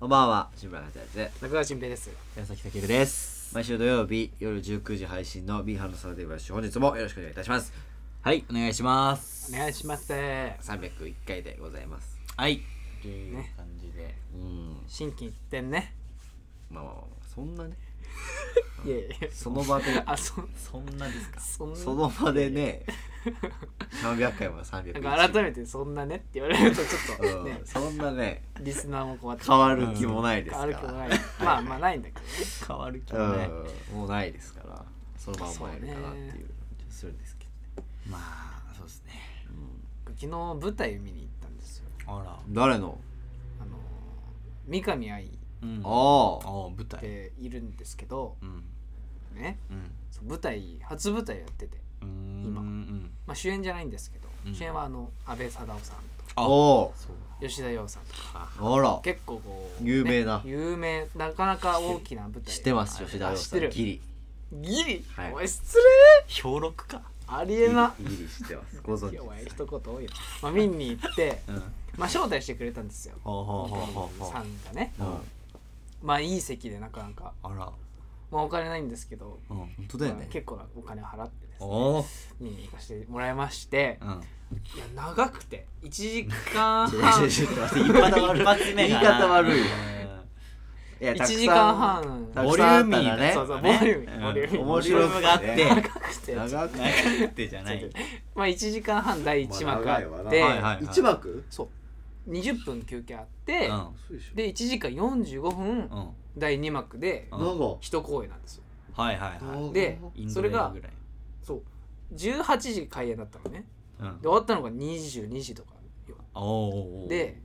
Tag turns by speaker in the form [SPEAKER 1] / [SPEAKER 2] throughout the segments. [SPEAKER 1] こんばんは、志村和也です。
[SPEAKER 2] 中川新平です。
[SPEAKER 3] 矢崎たけるです
[SPEAKER 1] 毎週土曜日夜19時配信の B ハンのサラデーブラッシュ、本日もよろしくお願いいたします。
[SPEAKER 3] はいお願いします
[SPEAKER 2] お願いします。
[SPEAKER 1] 301回でございます。
[SPEAKER 3] はいという感じで、
[SPEAKER 1] うん、
[SPEAKER 2] 新規一点ね。
[SPEAKER 1] まあまあまあ、そんなね、
[SPEAKER 2] いやいや。
[SPEAKER 1] その場 で、
[SPEAKER 2] あ、そ、
[SPEAKER 3] そんなですか
[SPEAKER 2] そん
[SPEAKER 1] その場でね、300回も300
[SPEAKER 2] な。
[SPEAKER 1] 回。
[SPEAKER 2] なんか改めてそんなねって言われるとちょっと
[SPEAKER 1] う
[SPEAKER 2] ね
[SPEAKER 1] ん、、そんなね、
[SPEAKER 2] リスナーも困って。
[SPEAKER 1] 変わる気もないです
[SPEAKER 2] 変
[SPEAKER 1] か
[SPEAKER 2] わ
[SPEAKER 1] ら。
[SPEAKER 2] る気もない。 まあまあないんだけどね。
[SPEAKER 3] 変わる気
[SPEAKER 1] う
[SPEAKER 3] もね、
[SPEAKER 1] ん、もうないですから、そのまんまやるかなっていう、
[SPEAKER 2] そうね
[SPEAKER 1] 気がするんですけ
[SPEAKER 3] まあそうですね
[SPEAKER 1] ど、うん
[SPEAKER 2] 昨日舞台見に行ったんですよ。
[SPEAKER 3] あら
[SPEAKER 1] 誰の
[SPEAKER 2] あの三上愛っ
[SPEAKER 3] うんあ
[SPEAKER 1] ああ、
[SPEAKER 3] あ舞台
[SPEAKER 2] ているんですけど
[SPEAKER 3] うん
[SPEAKER 2] ね、
[SPEAKER 3] うん
[SPEAKER 2] そう舞台初舞台やってて、
[SPEAKER 3] うーん
[SPEAKER 2] 今
[SPEAKER 3] うん
[SPEAKER 2] まあ主演じゃないんですけど、
[SPEAKER 3] うん
[SPEAKER 2] 主演はあの安倍貞夫さんと
[SPEAKER 3] あ
[SPEAKER 1] お
[SPEAKER 3] そう
[SPEAKER 2] 吉田羊さんとか。
[SPEAKER 3] か
[SPEAKER 1] あら、
[SPEAKER 2] 結構こう
[SPEAKER 1] 有名な
[SPEAKER 2] ね有名なかなか大きな舞台
[SPEAKER 1] 知ってます、吉田
[SPEAKER 2] あ
[SPEAKER 1] 洋
[SPEAKER 2] 知っ
[SPEAKER 1] さ
[SPEAKER 2] て
[SPEAKER 1] ん、
[SPEAKER 2] る
[SPEAKER 1] ギリ。
[SPEAKER 2] ギリ、
[SPEAKER 1] はい
[SPEAKER 2] おい失礼
[SPEAKER 3] 氷録か
[SPEAKER 2] ありえな
[SPEAKER 1] ギリギリ知ってます。ご存
[SPEAKER 2] い
[SPEAKER 1] 知
[SPEAKER 2] やおい
[SPEAKER 1] です
[SPEAKER 2] 一言多いよ、まあ、見に行って、
[SPEAKER 3] うん
[SPEAKER 2] まあ、招待してくれたんですよ
[SPEAKER 3] ほうほうほうほうほう
[SPEAKER 2] さんがね
[SPEAKER 1] うん、
[SPEAKER 2] まあいい席でなかなか
[SPEAKER 3] あら
[SPEAKER 2] まあお金ないんですけど、
[SPEAKER 3] うん
[SPEAKER 1] 本当だよ
[SPEAKER 2] まあ
[SPEAKER 1] ね。
[SPEAKER 2] 結構なお金を払ってですね
[SPEAKER 3] お
[SPEAKER 2] 見に行かせてもらいまして
[SPEAKER 3] うん
[SPEAKER 2] いや長くて1時間
[SPEAKER 1] 違う
[SPEAKER 2] 半
[SPEAKER 1] 違う違う待って
[SPEAKER 3] 一
[SPEAKER 1] 言い方
[SPEAKER 3] 発一発目
[SPEAKER 1] 言い
[SPEAKER 3] が
[SPEAKER 1] 方悪いよ
[SPEAKER 3] うん
[SPEAKER 1] いや
[SPEAKER 2] 1
[SPEAKER 1] たくさん
[SPEAKER 2] 時間半
[SPEAKER 1] たくさんあったらね
[SPEAKER 2] そうそうボ
[SPEAKER 3] ね
[SPEAKER 2] リューミーボリューミー、
[SPEAKER 3] うん
[SPEAKER 1] 面白い
[SPEAKER 3] ボリュームがあって
[SPEAKER 1] ね
[SPEAKER 2] 長くて
[SPEAKER 1] 長くない
[SPEAKER 3] 長くてじゃない
[SPEAKER 2] まあ1時間半第1幕あっ
[SPEAKER 3] い
[SPEAKER 2] て、
[SPEAKER 3] わなはいはい
[SPEAKER 1] 一幕
[SPEAKER 2] そう20分休憩あって、
[SPEAKER 3] うん
[SPEAKER 1] そうでし
[SPEAKER 2] で1時間45分
[SPEAKER 3] うん
[SPEAKER 2] 第2幕で
[SPEAKER 3] うん
[SPEAKER 1] ょ
[SPEAKER 2] 一公演なんですよ
[SPEAKER 3] はいはいは
[SPEAKER 1] 長
[SPEAKER 2] で
[SPEAKER 3] いインド
[SPEAKER 2] それが
[SPEAKER 3] 映画ぐらい
[SPEAKER 2] そう18時開演だったのね
[SPEAKER 3] うん
[SPEAKER 2] で終わったのが22時とかよ
[SPEAKER 3] おーおーおー
[SPEAKER 2] で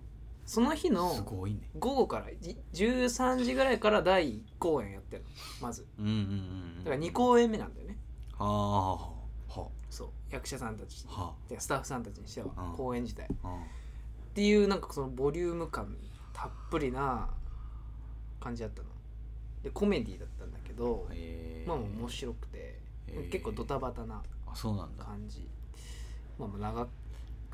[SPEAKER 2] その日
[SPEAKER 3] す
[SPEAKER 2] の
[SPEAKER 3] ごいね
[SPEAKER 2] 午後からじ13時ぐらいから第1公演やってるのまず
[SPEAKER 3] うんうんうん
[SPEAKER 2] だから2公演目なんだよね
[SPEAKER 3] はあは
[SPEAKER 2] そう役者さんたち
[SPEAKER 3] あは
[SPEAKER 2] でスタッフさんたちにしては
[SPEAKER 3] うん
[SPEAKER 2] 公演自体っ
[SPEAKER 3] あ
[SPEAKER 2] ていうなんかそのボリューム感たっぷりな感じだったのでコメディだったんだけど、
[SPEAKER 3] へえ
[SPEAKER 2] まあ面白くて、
[SPEAKER 3] へー
[SPEAKER 2] 結構ドタバタな
[SPEAKER 3] あそうなんだ
[SPEAKER 2] 感じまあまあ長く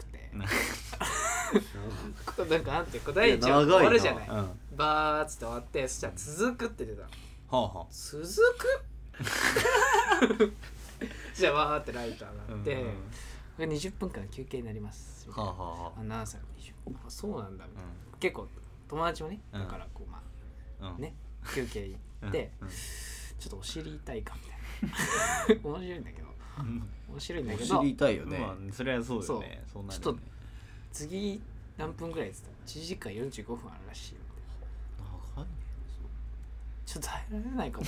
[SPEAKER 2] て
[SPEAKER 3] な
[SPEAKER 2] なんかなんていうか第一
[SPEAKER 1] いや
[SPEAKER 2] 話
[SPEAKER 1] 長いな
[SPEAKER 2] 終わるじゃな
[SPEAKER 3] う
[SPEAKER 2] い
[SPEAKER 3] んは
[SPEAKER 2] バーッつって終わってそしたら「続く」って出たの
[SPEAKER 3] あは
[SPEAKER 2] 続くじゃあわーってライト
[SPEAKER 3] あ
[SPEAKER 2] 上がって、これ20分間休憩になりますみた
[SPEAKER 3] はいあ
[SPEAKER 2] な
[SPEAKER 3] はあは
[SPEAKER 2] あ何歳の20分あそうなんだみたいな、
[SPEAKER 3] あ
[SPEAKER 2] 結構友達もね
[SPEAKER 3] うん
[SPEAKER 2] だからこうまあ
[SPEAKER 3] うんうん
[SPEAKER 2] ね休憩行
[SPEAKER 3] うん
[SPEAKER 2] って
[SPEAKER 3] うん
[SPEAKER 2] ちょっとお尻痛いかみたいな 面白いんだけど面白いんだけど
[SPEAKER 1] お尻痛いよね、
[SPEAKER 3] まあそれはそうよねそうなるよね
[SPEAKER 2] ちょっと次何分ぐらいっつったら1時間45分あるらしいよちょっと耐えられない かも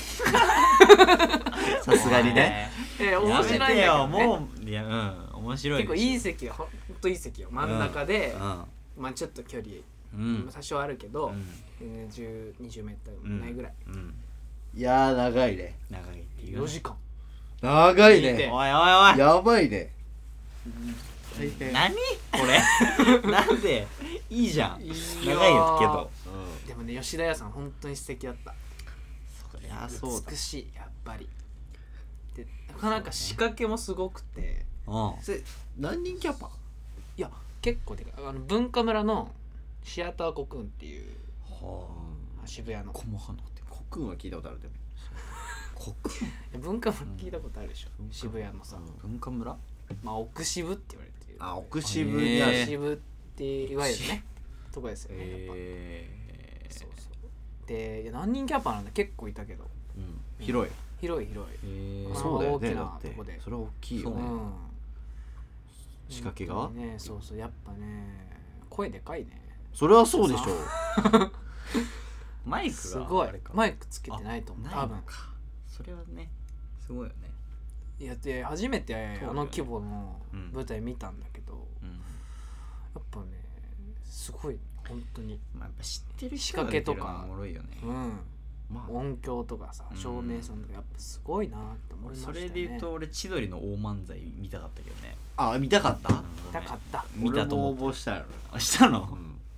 [SPEAKER 1] さすがにね
[SPEAKER 2] えー、
[SPEAKER 3] おい
[SPEAKER 2] 面白いんだ
[SPEAKER 3] や
[SPEAKER 2] け
[SPEAKER 3] めてよ
[SPEAKER 2] ど、ね、
[SPEAKER 3] もういやうん面白い
[SPEAKER 2] 結
[SPEAKER 3] で
[SPEAKER 2] 構
[SPEAKER 3] し
[SPEAKER 2] いい席よほんといい席よ真ん中で
[SPEAKER 3] ょ、うん
[SPEAKER 2] まあちょっと距離、
[SPEAKER 3] うん
[SPEAKER 2] 多少あるけど、
[SPEAKER 3] うん
[SPEAKER 2] 全然 1020m もないぐらい、
[SPEAKER 3] うん
[SPEAKER 1] いやー長いね
[SPEAKER 3] 長いっていう
[SPEAKER 2] 4時間
[SPEAKER 1] 長い
[SPEAKER 2] 見
[SPEAKER 3] お
[SPEAKER 2] て
[SPEAKER 3] い
[SPEAKER 1] ね
[SPEAKER 3] おいおい
[SPEAKER 1] やばいね大変
[SPEAKER 3] 何こ れなんでいいじゃん
[SPEAKER 2] いいよー
[SPEAKER 3] 長いですけど
[SPEAKER 2] でもね吉田屋さん本当に素敵だった
[SPEAKER 3] そりゃそうだ
[SPEAKER 2] 美しいやっぱりでなかなか仕掛けもすごくて
[SPEAKER 3] うん
[SPEAKER 1] それ何人キャパ
[SPEAKER 2] いや結構でかいあの文化村のシアターコクーンっていう
[SPEAKER 1] は
[SPEAKER 2] あ渋谷の
[SPEAKER 3] 細かなって
[SPEAKER 1] あコクンは聞いたことあるでも
[SPEAKER 3] コク
[SPEAKER 2] 文化村聞いたことあるでしょ、
[SPEAKER 3] うん
[SPEAKER 2] 渋谷のさ、
[SPEAKER 3] 文化村
[SPEAKER 2] まあ奥渋って言われてる
[SPEAKER 1] あ奥渋
[SPEAKER 3] へ
[SPEAKER 1] に
[SPEAKER 3] ー
[SPEAKER 1] ある
[SPEAKER 2] 奥渋っていわゆるねとこですよね、やっぱ
[SPEAKER 3] えー
[SPEAKER 2] そうそうでいや何人キャパなんだ結構いたけど
[SPEAKER 1] うん広い
[SPEAKER 2] 広い広い、
[SPEAKER 3] え
[SPEAKER 2] ま
[SPEAKER 3] ー
[SPEAKER 2] あ
[SPEAKER 1] そうだよね
[SPEAKER 2] 大き
[SPEAKER 1] だ
[SPEAKER 2] な
[SPEAKER 1] っ
[SPEAKER 2] とこで
[SPEAKER 1] てそれは大きいよ
[SPEAKER 3] そう
[SPEAKER 1] ね
[SPEAKER 2] ん
[SPEAKER 1] 仕掛けが
[SPEAKER 2] 本当にねそうそうやっぱね声でかいね
[SPEAKER 1] それはそうでしょう
[SPEAKER 3] マイクが
[SPEAKER 2] すごい
[SPEAKER 3] あれか
[SPEAKER 2] マイクつけてないと思う
[SPEAKER 3] ない
[SPEAKER 2] 多
[SPEAKER 3] の
[SPEAKER 2] 分
[SPEAKER 3] かそれはねすごいよね
[SPEAKER 2] いやで初めて
[SPEAKER 3] よね
[SPEAKER 2] あの規模の
[SPEAKER 3] うん
[SPEAKER 2] 舞台見たんだけど、
[SPEAKER 3] うん
[SPEAKER 2] やっぱねすごい本当に
[SPEAKER 3] まあやっぱ知ってる
[SPEAKER 2] 仕
[SPEAKER 3] 人が
[SPEAKER 2] 掛けとか
[SPEAKER 3] 出てるのはおもろいよね
[SPEAKER 2] うん
[SPEAKER 1] まあ
[SPEAKER 2] 音響とかさ
[SPEAKER 3] うん
[SPEAKER 2] 照明さんとかやっぱすごいなって思いま
[SPEAKER 3] 俺
[SPEAKER 2] した
[SPEAKER 3] そ
[SPEAKER 2] ね
[SPEAKER 3] れで言うと俺千鳥の大漫才見たかったけどね
[SPEAKER 1] あ見たかった
[SPEAKER 2] 痛かった
[SPEAKER 3] 見たと思
[SPEAKER 1] 俺も応募したよ
[SPEAKER 3] あした
[SPEAKER 1] う
[SPEAKER 3] の
[SPEAKER 1] ん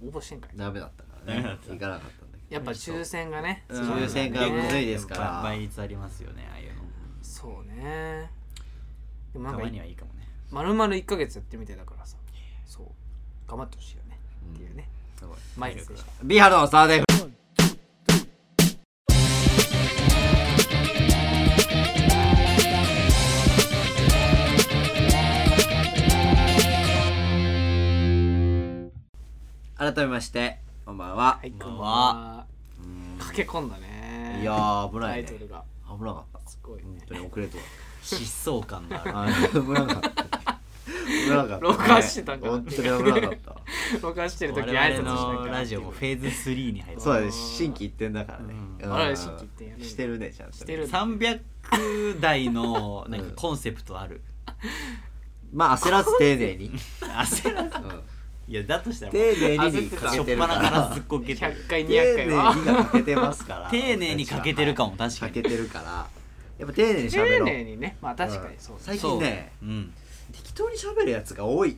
[SPEAKER 2] 応募してんかい
[SPEAKER 1] ダメだったからね
[SPEAKER 3] ダメだった
[SPEAKER 1] 行かなかったんだけ
[SPEAKER 2] やっぱ抽選がね
[SPEAKER 1] うん
[SPEAKER 2] すごいよね
[SPEAKER 1] 抽選がむずいですから
[SPEAKER 3] やっぱ倍率ありますよねああいう
[SPEAKER 2] そうねでも
[SPEAKER 3] の
[SPEAKER 2] なん
[SPEAKER 3] た
[SPEAKER 2] か
[SPEAKER 3] まにはいいかもね
[SPEAKER 2] まるまる1ヶ月やってみてだからさそう頑張ってほしいよね
[SPEAKER 1] ど
[SPEAKER 2] っていうね
[SPEAKER 1] すごい
[SPEAKER 2] マイルでした
[SPEAKER 1] ビハのサーデー改めましてこんばんは、
[SPEAKER 2] はい、こん
[SPEAKER 3] こ
[SPEAKER 2] ば
[SPEAKER 3] ん
[SPEAKER 2] ん
[SPEAKER 3] ばん
[SPEAKER 2] は
[SPEAKER 3] は。
[SPEAKER 1] うん
[SPEAKER 2] 駆け込んだね。
[SPEAKER 1] いやー危な
[SPEAKER 2] タ
[SPEAKER 1] い
[SPEAKER 2] イ
[SPEAKER 1] ね
[SPEAKER 2] トルが。
[SPEAKER 1] 危なかった
[SPEAKER 2] すごいね
[SPEAKER 1] 本当に遅れとは
[SPEAKER 3] 疾走 感があ る
[SPEAKER 1] あ危なかった危なかった、
[SPEAKER 2] 録画してたんかな
[SPEAKER 1] 本当に危なか った
[SPEAKER 2] 録画してる時挨拶
[SPEAKER 3] 我
[SPEAKER 2] しなき
[SPEAKER 3] 々の
[SPEAKER 2] ゃ
[SPEAKER 3] ラジオもフェーズ3に入る
[SPEAKER 1] そうだね新規一点だからね、
[SPEAKER 3] うん
[SPEAKER 2] あれ新規一点やね
[SPEAKER 1] してるねちゃんとね
[SPEAKER 2] してる
[SPEAKER 3] 300台のなんかコンセプトある、
[SPEAKER 1] まあ焦らず丁 寧に、
[SPEAKER 3] 焦らず
[SPEAKER 1] うん
[SPEAKER 3] いやだとしたらもう
[SPEAKER 1] 丁寧にか
[SPEAKER 3] し
[SPEAKER 1] け
[SPEAKER 3] ょって
[SPEAKER 1] る
[SPEAKER 3] ぱなから
[SPEAKER 1] か
[SPEAKER 3] ずっこけてる
[SPEAKER 2] 100回
[SPEAKER 1] ら丁寧
[SPEAKER 2] 200回
[SPEAKER 1] に
[SPEAKER 2] は
[SPEAKER 1] かけてますから
[SPEAKER 3] 丁寧にかけてるかも確か
[SPEAKER 1] か
[SPEAKER 3] に
[SPEAKER 1] けてるからやっぱ丁寧にしゃべ
[SPEAKER 2] 丁
[SPEAKER 1] ろう
[SPEAKER 2] 寧にねまあ確かにそ
[SPEAKER 1] う
[SPEAKER 2] う
[SPEAKER 1] ん
[SPEAKER 2] です
[SPEAKER 1] 最近ね
[SPEAKER 3] そううん
[SPEAKER 1] 適当にしゃべるやつが多い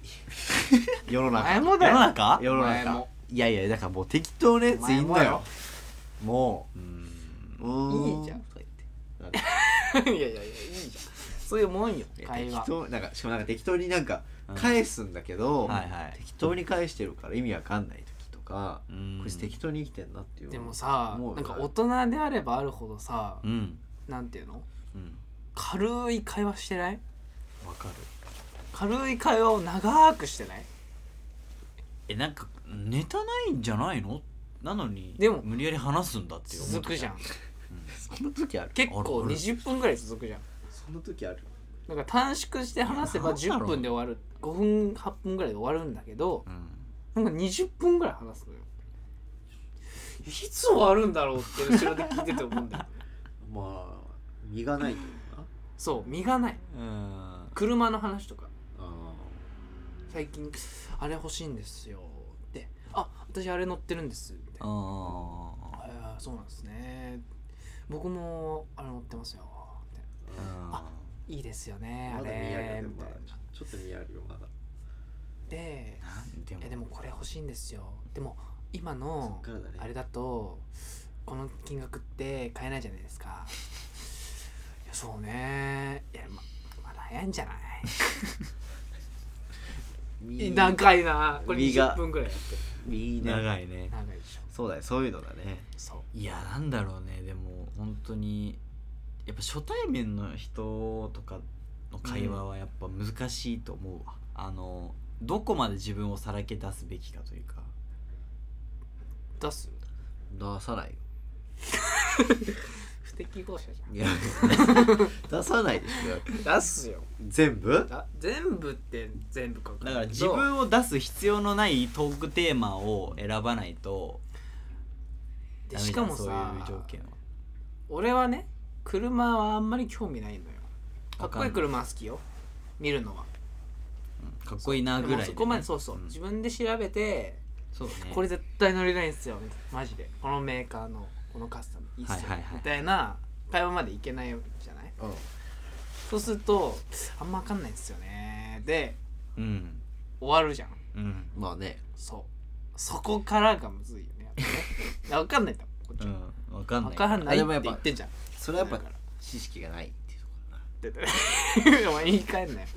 [SPEAKER 1] 世の中
[SPEAKER 2] 前もだ
[SPEAKER 3] 世の
[SPEAKER 2] よ
[SPEAKER 3] 中
[SPEAKER 1] 世の
[SPEAKER 2] 前
[SPEAKER 1] 中
[SPEAKER 2] も
[SPEAKER 1] いやいやだからもう適当なやついんのよも
[SPEAKER 3] うん
[SPEAKER 1] ううー
[SPEAKER 2] いいじゃんとか
[SPEAKER 1] なんか
[SPEAKER 2] 言っていやいやいやいいじゃんそういうもんよ会
[SPEAKER 1] 適
[SPEAKER 2] 話
[SPEAKER 1] 当なんかしかもなんか適当になんか
[SPEAKER 3] うん
[SPEAKER 1] 返すんだけど、
[SPEAKER 3] はいはい
[SPEAKER 1] 適当に返してるから意味わかんない時とか、
[SPEAKER 3] うん
[SPEAKER 1] こいつ適当に生きてんなっていう
[SPEAKER 2] でもさ
[SPEAKER 1] 思うよ
[SPEAKER 2] なん
[SPEAKER 1] ね
[SPEAKER 2] か大人であればあるほどさ
[SPEAKER 3] うん
[SPEAKER 2] なんていうの
[SPEAKER 3] うん
[SPEAKER 2] 軽い会話してない
[SPEAKER 3] わかる
[SPEAKER 2] 軽い会話を長くしてない
[SPEAKER 3] えなんかネタないんじゃないのなのに
[SPEAKER 2] でも
[SPEAKER 3] 無理やり話すんだって思う
[SPEAKER 2] 続くじゃん
[SPEAKER 1] そんな時ある
[SPEAKER 2] 結構
[SPEAKER 3] あるある
[SPEAKER 2] 20分ぐらい続くじゃん
[SPEAKER 1] そんな時ある
[SPEAKER 2] なんか短縮して話せば
[SPEAKER 3] いやな
[SPEAKER 2] 10
[SPEAKER 3] んだろう
[SPEAKER 2] 分で終わる5分8分ぐらいで終わるんだけど
[SPEAKER 3] うん
[SPEAKER 2] なんか20分ぐらい話すのよいつ終わるんだろうって後ろで聞いてて思うんだよね
[SPEAKER 1] まあ身がないというか
[SPEAKER 2] そう身がない
[SPEAKER 3] うん
[SPEAKER 2] 車の話とか
[SPEAKER 1] な
[SPEAKER 2] 最近あれ欲しいんですよってあ私あれ乗ってるんですみたいな
[SPEAKER 3] あ
[SPEAKER 2] あーそうなんですね僕もあれ乗ってますよみたいな
[SPEAKER 3] あ
[SPEAKER 2] いいですよね
[SPEAKER 1] ま
[SPEAKER 2] あ
[SPEAKER 1] だ見上げ
[SPEAKER 2] れ
[SPEAKER 1] る
[SPEAKER 2] みたいな
[SPEAKER 1] ちょっと見上げるよまだ
[SPEAKER 2] で
[SPEAKER 3] でも
[SPEAKER 2] えでもこれ欲しいんですよでも今の
[SPEAKER 1] そっからだね
[SPEAKER 2] あれだとこの金額って買えないじゃないです かいやそうねいやままだ早いんじゃない長いなこれ
[SPEAKER 1] 身が
[SPEAKER 2] 20分ぐらいやってる
[SPEAKER 1] いいね
[SPEAKER 3] 長いね
[SPEAKER 2] 長いでしょ
[SPEAKER 1] そうだねそういうのだね
[SPEAKER 2] そう
[SPEAKER 3] いやなんだろうねでも本当にやっぱ初対面の人とかの会話はやっぱ難しいと思うわ、あのどこまで自分をさらけ出すべきかというか
[SPEAKER 2] 出す
[SPEAKER 1] 出さないよ
[SPEAKER 2] 不適合者じ
[SPEAKER 1] い や出さないでしょ
[SPEAKER 2] ゃん出すよ
[SPEAKER 1] 全部
[SPEAKER 2] だ全部って全部かわん
[SPEAKER 3] だ
[SPEAKER 2] ない
[SPEAKER 3] から自分を出す必要のないトークテーマを選ばないと
[SPEAKER 2] で
[SPEAKER 3] ダメじ
[SPEAKER 2] し
[SPEAKER 3] ゃん
[SPEAKER 2] かも
[SPEAKER 3] そう
[SPEAKER 2] さ
[SPEAKER 3] いう条件は
[SPEAKER 2] 俺はね車はあんまり興味ないのよかっこいい
[SPEAKER 3] わかる
[SPEAKER 2] 車は好きよ見るのは
[SPEAKER 3] うんかっこいいなぐら
[SPEAKER 2] でも
[SPEAKER 3] いでね
[SPEAKER 2] そこまでそうそう、
[SPEAKER 3] ん
[SPEAKER 2] 自分で調べて
[SPEAKER 3] そうね
[SPEAKER 2] これ絶対乗れないんすよマジでこのメーカーのこのカスタムいいっすよ、
[SPEAKER 3] はいはいはい
[SPEAKER 2] みたいな会話までいけないじゃないそうするとあんま分かんないんすよねで
[SPEAKER 3] うん
[SPEAKER 2] 終わるじゃん
[SPEAKER 3] うん
[SPEAKER 1] まあね
[SPEAKER 2] そうそこからがむずいよねやっぱねいや分かんないんだもんこっち
[SPEAKER 3] う
[SPEAKER 2] は、
[SPEAKER 3] んわかんな
[SPEAKER 2] 分
[SPEAKER 3] い
[SPEAKER 2] からな
[SPEAKER 1] あ
[SPEAKER 2] いっ
[SPEAKER 1] でもや
[SPEAKER 2] て
[SPEAKER 1] っぱ
[SPEAKER 2] 言ってんじゃん
[SPEAKER 1] それはや
[SPEAKER 2] だ
[SPEAKER 1] っ
[SPEAKER 2] か
[SPEAKER 1] ぱ
[SPEAKER 2] ら
[SPEAKER 1] 知識がないっていうところだな
[SPEAKER 2] って言ってお前言い換えんなよ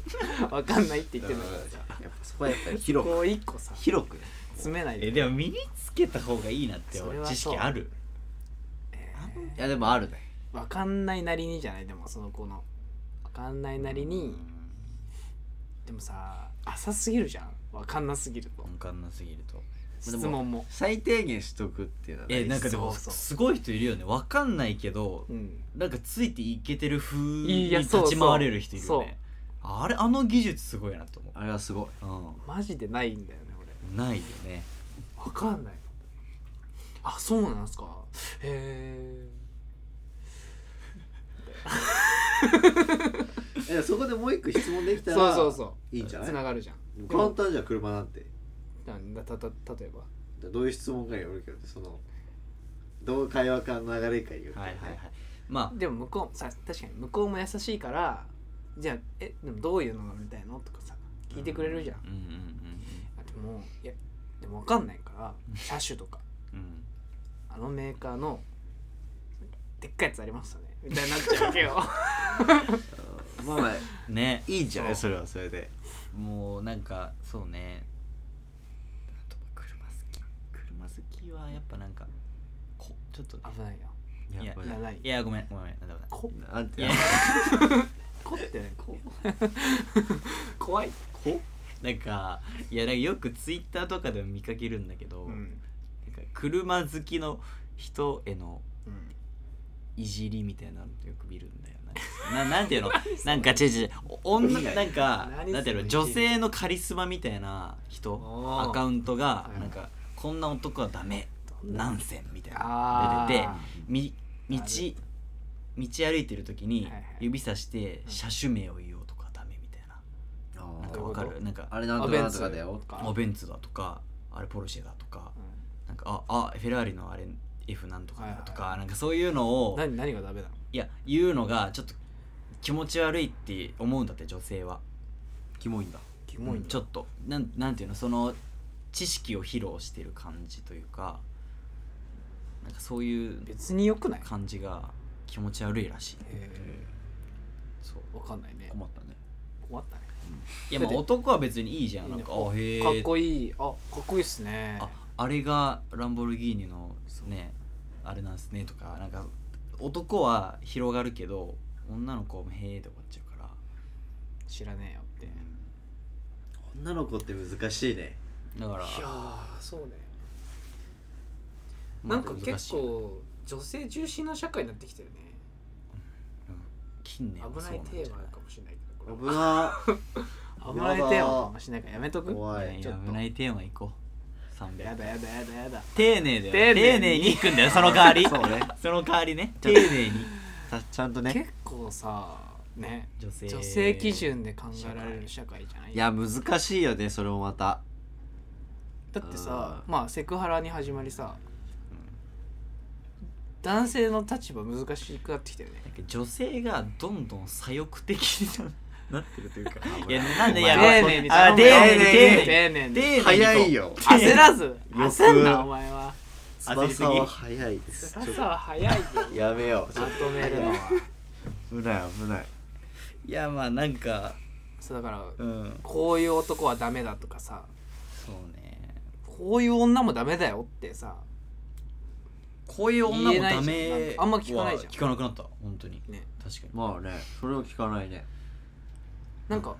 [SPEAKER 2] 分かんないって言ってんだからさ
[SPEAKER 1] やっぱそこはやっぱり広
[SPEAKER 2] こ
[SPEAKER 1] く
[SPEAKER 2] う一個さ
[SPEAKER 1] 広くね
[SPEAKER 2] 詰めない
[SPEAKER 3] え
[SPEAKER 2] で
[SPEAKER 3] でも身につけた方がいいなって
[SPEAKER 2] それはそう
[SPEAKER 3] 知識ある
[SPEAKER 1] いやでもあるね
[SPEAKER 2] 分かんないなりにじゃないでもその子の分かんないなりにでもさ浅すぎるじゃん分かんなすぎると
[SPEAKER 3] 分かんなすぎると
[SPEAKER 2] 質問も
[SPEAKER 1] 最低限しとくっていうのはね
[SPEAKER 3] えなんかでも
[SPEAKER 2] そうそう
[SPEAKER 3] すごい人いるよね分かんないけど
[SPEAKER 2] うん
[SPEAKER 3] なんかついていけてる風に
[SPEAKER 2] いやそうそう
[SPEAKER 3] 立ち回れる人いるよねあれあの技術すごいなと思、
[SPEAKER 1] あれはすごいう
[SPEAKER 2] マジでないんだよね
[SPEAKER 3] うん、ないよね
[SPEAKER 2] 俺分かんないあそうなんすかへ
[SPEAKER 1] えそこでもう一個質問でき
[SPEAKER 2] え
[SPEAKER 1] たら
[SPEAKER 2] そうそうそう
[SPEAKER 1] いいんじゃない
[SPEAKER 2] つながるじゃん
[SPEAKER 1] 簡単じゃん車なんて
[SPEAKER 2] なんだたた例えば
[SPEAKER 1] どういう質問かによるけどそのどう会話かの流れかによるけど
[SPEAKER 3] はい
[SPEAKER 1] ね
[SPEAKER 3] はいはいま
[SPEAKER 2] でも向こうさ確かに向こうも優しいからじゃあえでもどういうのが見たいのとかさ聞いてくれるじゃん
[SPEAKER 3] あ、うんうん
[SPEAKER 2] あでもいやでも分かんないから車種とか
[SPEAKER 3] うんうん
[SPEAKER 2] あのメーカーのでっかいやつありましたねみたいになっちゃうわけ ど
[SPEAKER 1] まあまあ
[SPEAKER 3] うんね
[SPEAKER 1] いいんじゃない
[SPEAKER 2] そ
[SPEAKER 1] それはそれで
[SPEAKER 3] もうなんかそうねあとまあ車好き車好きはやっぱなんかこちょっとね
[SPEAKER 2] 危ないよ
[SPEAKER 3] いや
[SPEAKER 1] これ
[SPEAKER 2] いやない
[SPEAKER 3] いやごめんごめんなんだご
[SPEAKER 2] こ
[SPEAKER 1] なんて
[SPEAKER 3] めんいや
[SPEAKER 2] こってね
[SPEAKER 1] こ
[SPEAKER 2] 怖い
[SPEAKER 1] こ
[SPEAKER 3] なんかいやなんかよくツイッターとかでも見かけるんだけど、
[SPEAKER 2] うん
[SPEAKER 3] なんか車好きの人への
[SPEAKER 2] うん
[SPEAKER 3] いじりみたいなのよく見るんだよなななんていうのなんか違う違う女なんか
[SPEAKER 2] 何それ
[SPEAKER 3] なんていうの女性のカリスマみたいな人
[SPEAKER 2] あー
[SPEAKER 3] アカウントが
[SPEAKER 2] はい
[SPEAKER 3] なんか、こんな男はダメ
[SPEAKER 2] どんな
[SPEAKER 3] 何千みたいな
[SPEAKER 2] あー
[SPEAKER 3] の出ててみ道道歩いてる時に
[SPEAKER 2] はいはい
[SPEAKER 3] 指さして
[SPEAKER 2] うん
[SPEAKER 3] 車種名を言おうとかダメみたいな、
[SPEAKER 1] あ
[SPEAKER 3] な
[SPEAKER 1] ー
[SPEAKER 3] んかわかるなんか
[SPEAKER 1] あれなんとかなんとかだよ
[SPEAKER 2] アベンツとか
[SPEAKER 3] おベンツだとかあれポルシェだとか
[SPEAKER 2] う
[SPEAKER 3] なんかああフェラーリのあれ F なんとかだとか、
[SPEAKER 2] はいはい
[SPEAKER 3] なんかそういうのを
[SPEAKER 2] ん何何がダメなの
[SPEAKER 3] いや言うのがちょっと気持ち悪いって思うんだって女性は
[SPEAKER 1] キモいんだ
[SPEAKER 2] キモいんだ
[SPEAKER 3] ちょっとなんなんていうのその知識を披露してる感じというかなんかそういう
[SPEAKER 2] 別によくない
[SPEAKER 3] 感じが気持ち悪いらしい
[SPEAKER 2] え
[SPEAKER 3] そう
[SPEAKER 2] ーわかんないね
[SPEAKER 1] 困ったね
[SPEAKER 2] 困ったね
[SPEAKER 3] いやまあ
[SPEAKER 2] だって
[SPEAKER 3] 男は別にいいじゃんなんか
[SPEAKER 2] いいね
[SPEAKER 3] あへえ
[SPEAKER 2] かっこいいあかっこいいっすね
[SPEAKER 3] ああれがランボルギーニのねあれなんですねとかなんか男は広がるけど女の子もへえで終わっちゃうから
[SPEAKER 2] 知らねえよってい
[SPEAKER 1] 女の子って難しいね
[SPEAKER 3] だから
[SPEAKER 2] やーそうね
[SPEAKER 3] ま
[SPEAKER 2] なん
[SPEAKER 3] あ
[SPEAKER 2] か
[SPEAKER 3] 難し
[SPEAKER 2] 結
[SPEAKER 3] いよね
[SPEAKER 2] 構女性中心な社会になってきたよね
[SPEAKER 3] 近年は
[SPEAKER 2] 危
[SPEAKER 3] そ
[SPEAKER 2] な
[SPEAKER 3] う
[SPEAKER 2] い
[SPEAKER 3] んじゃ
[SPEAKER 2] テーマかもしれないけどこ
[SPEAKER 1] 危な
[SPEAKER 2] れ危ない
[SPEAKER 1] やだ
[SPEAKER 2] テーマかもしれないからやめとく
[SPEAKER 1] 怖
[SPEAKER 3] ない
[SPEAKER 1] い
[SPEAKER 3] ね
[SPEAKER 1] ちょっ
[SPEAKER 3] 危
[SPEAKER 1] と
[SPEAKER 3] ないテーマ行こう
[SPEAKER 2] や
[SPEAKER 3] 300
[SPEAKER 2] だやだやだやだ
[SPEAKER 3] 丁寧だよ
[SPEAKER 2] 丁寧に
[SPEAKER 3] 丁寧に行くんだよその代わり
[SPEAKER 1] そうね
[SPEAKER 3] その代わりね丁寧に
[SPEAKER 1] さ ちゃんとね
[SPEAKER 2] 結構さね
[SPEAKER 3] 女性
[SPEAKER 2] 女性基準で考えられる社会じゃない
[SPEAKER 1] いや難しいよねそれもまた
[SPEAKER 2] だってさ
[SPEAKER 1] うん
[SPEAKER 2] まあセクハラに始まりさ男性の立場難しくなってきたよね
[SPEAKER 3] なんか女性がどんどん左翼的にななってるというかい
[SPEAKER 1] い
[SPEAKER 3] やなんでいや
[SPEAKER 1] お
[SPEAKER 2] 丁
[SPEAKER 1] 前
[SPEAKER 2] 寧に頼
[SPEAKER 3] あ丁
[SPEAKER 2] むよ
[SPEAKER 3] 寧に丁寧に
[SPEAKER 2] 丁寧に
[SPEAKER 3] 丁寧に
[SPEAKER 1] 早いよ
[SPEAKER 2] 焦らず
[SPEAKER 1] く
[SPEAKER 2] 焦んなお前は
[SPEAKER 1] 翼は早いですちょっ
[SPEAKER 2] 朝は早いよ
[SPEAKER 1] とやめようちょ
[SPEAKER 2] ま
[SPEAKER 1] っ
[SPEAKER 2] とめるのは
[SPEAKER 1] と危ない危ない
[SPEAKER 3] いやまあなんか
[SPEAKER 2] そうだから
[SPEAKER 3] うん
[SPEAKER 2] こういう男はダメだとかさ
[SPEAKER 3] そうね
[SPEAKER 2] こういう女もダメだよってさ
[SPEAKER 3] こういう女もダ
[SPEAKER 2] 言えないじゃんなん
[SPEAKER 3] メ
[SPEAKER 2] かあんま聞かないじゃん
[SPEAKER 3] は聞かなくなった本当に
[SPEAKER 2] ね
[SPEAKER 3] 確かに
[SPEAKER 1] まあねそれを聞かないね
[SPEAKER 2] なんか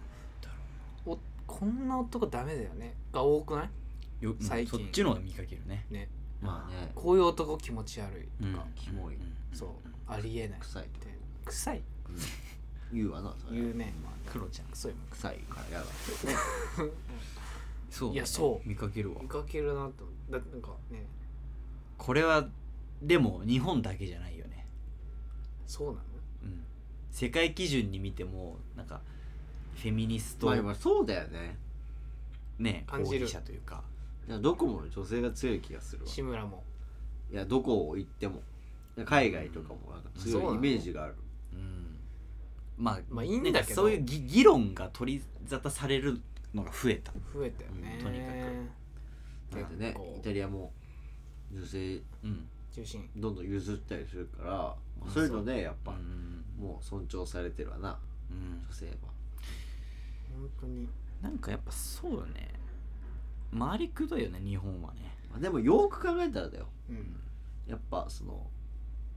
[SPEAKER 2] おこんな男ダメだよねが多くない
[SPEAKER 3] ようん
[SPEAKER 2] 最近
[SPEAKER 3] そっちの方が見かけるね
[SPEAKER 2] ね
[SPEAKER 1] まあね
[SPEAKER 2] こういう男気持ち悪いとか、
[SPEAKER 1] キモい
[SPEAKER 3] うん
[SPEAKER 2] そうありえない
[SPEAKER 1] 臭い
[SPEAKER 2] っ
[SPEAKER 1] と
[SPEAKER 2] て臭い
[SPEAKER 1] 言うわなそれ
[SPEAKER 2] 言うねまあね
[SPEAKER 3] 黒ちゃん
[SPEAKER 2] そういう
[SPEAKER 1] 臭いからやだ
[SPEAKER 3] そう
[SPEAKER 2] いやそう
[SPEAKER 3] 見かけるわ
[SPEAKER 2] 見かけるなと思ってだってなんかね
[SPEAKER 3] これはでも日本だけじゃないよね、
[SPEAKER 2] そうなの
[SPEAKER 3] うん、世界基準に見てもなんかフェミニス
[SPEAKER 1] ま
[SPEAKER 3] ト
[SPEAKER 1] あ今そうだよね
[SPEAKER 3] ね
[SPEAKER 2] 感じ
[SPEAKER 3] 抗
[SPEAKER 2] る
[SPEAKER 3] 議者というか
[SPEAKER 1] いやどこも女性が強い気がするわ
[SPEAKER 2] 志村も
[SPEAKER 1] いやどこを行っても海外とかもなんか
[SPEAKER 2] そうな
[SPEAKER 1] 強
[SPEAKER 2] の
[SPEAKER 1] いイメージがある
[SPEAKER 3] うんまあ、
[SPEAKER 2] まあいいんだけど
[SPEAKER 3] なかそういうぎ議論が取り沙汰されるのが増えた、
[SPEAKER 2] 増えたよね、
[SPEAKER 3] うんとにか
[SPEAKER 1] だってね
[SPEAKER 2] 結構
[SPEAKER 1] イタリアも女性
[SPEAKER 3] うん
[SPEAKER 2] 中心
[SPEAKER 1] どんどん譲ったりするから、まあ
[SPEAKER 3] うん
[SPEAKER 1] そういうのでやっ
[SPEAKER 3] う
[SPEAKER 1] ぱ、
[SPEAKER 3] ん
[SPEAKER 1] もう尊重されてるわな
[SPEAKER 3] うん
[SPEAKER 1] 女性は
[SPEAKER 2] 本当に
[SPEAKER 3] なんかやっぱそうよね回りくどいよね日本はね
[SPEAKER 1] まあでもよく考えたらだよ
[SPEAKER 2] うん
[SPEAKER 1] やっぱその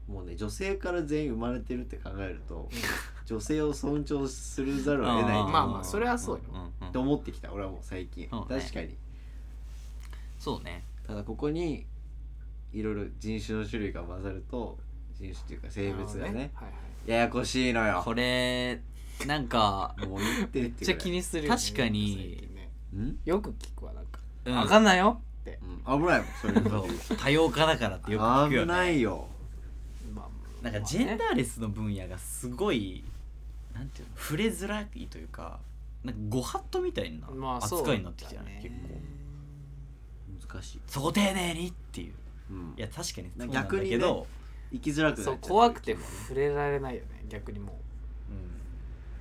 [SPEAKER 1] もうね女性から全員生まれてるって考えると女性を尊重するざるを得ない
[SPEAKER 3] ー
[SPEAKER 2] まあまあそれはそうよ
[SPEAKER 3] んうん
[SPEAKER 1] と思ってきた俺はもう最近、
[SPEAKER 3] そうね
[SPEAKER 1] 確かに
[SPEAKER 3] そうね
[SPEAKER 1] ただここにいろいろ人種の種類が混ざると人種っていうか性別がね
[SPEAKER 2] はいはい
[SPEAKER 1] ややこしいのよ
[SPEAKER 3] これなんか
[SPEAKER 1] もう言って
[SPEAKER 2] め
[SPEAKER 1] っ
[SPEAKER 2] ってちゃ気にするよね
[SPEAKER 3] 確かに
[SPEAKER 2] 最近ね
[SPEAKER 1] うん、
[SPEAKER 2] よく聞くわなんか「
[SPEAKER 3] うん
[SPEAKER 2] わかんないよ」って
[SPEAKER 1] うん、危ないもんそれ
[SPEAKER 3] そう多様化だからってよく聞くよ
[SPEAKER 1] 危
[SPEAKER 3] ね
[SPEAKER 1] ないよ
[SPEAKER 2] まあ
[SPEAKER 3] なんかジェンダ
[SPEAKER 2] ー
[SPEAKER 3] ーレスの分野がすごいなんていうの触れづらいというかなんかご法度みたいな
[SPEAKER 2] まあそうだ
[SPEAKER 3] 扱
[SPEAKER 2] ね
[SPEAKER 3] いになってきたよね,、結構
[SPEAKER 1] 難しい、
[SPEAKER 3] そこ丁寧にっていう
[SPEAKER 1] うん、
[SPEAKER 3] いや確かにそうなんだ
[SPEAKER 1] 逆にね
[SPEAKER 3] けど、
[SPEAKER 1] 生きづらくなっち
[SPEAKER 2] そ
[SPEAKER 1] ゃ
[SPEAKER 2] う怖くて
[SPEAKER 1] も
[SPEAKER 2] 触れられないよね逆にも
[SPEAKER 3] うん、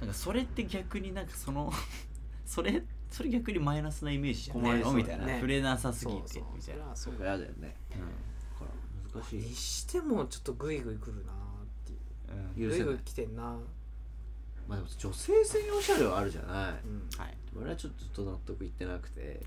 [SPEAKER 3] なんかそれって逆になんかその それそれ逆にマイナスなイメージじゃな
[SPEAKER 1] 困
[SPEAKER 3] い
[SPEAKER 1] りそ
[SPEAKER 3] の、
[SPEAKER 1] う
[SPEAKER 3] みたいな、
[SPEAKER 2] ね
[SPEAKER 3] 触れなさ
[SPEAKER 2] う
[SPEAKER 3] すぎ
[SPEAKER 2] そう
[SPEAKER 3] て
[SPEAKER 2] そう
[SPEAKER 3] みたいな、
[SPEAKER 2] そう
[SPEAKER 1] やだよね
[SPEAKER 3] う
[SPEAKER 1] だから難し
[SPEAKER 2] に
[SPEAKER 1] い
[SPEAKER 2] してもちょっとグイグイくるなってい
[SPEAKER 1] 許
[SPEAKER 2] うん
[SPEAKER 3] うん
[SPEAKER 2] グ
[SPEAKER 1] せな
[SPEAKER 2] イグ
[SPEAKER 1] い
[SPEAKER 2] イ来てんな
[SPEAKER 1] まあでも女性専用車両あるじゃない
[SPEAKER 2] うん
[SPEAKER 3] はい
[SPEAKER 1] 俺はちょっと納得いってなくて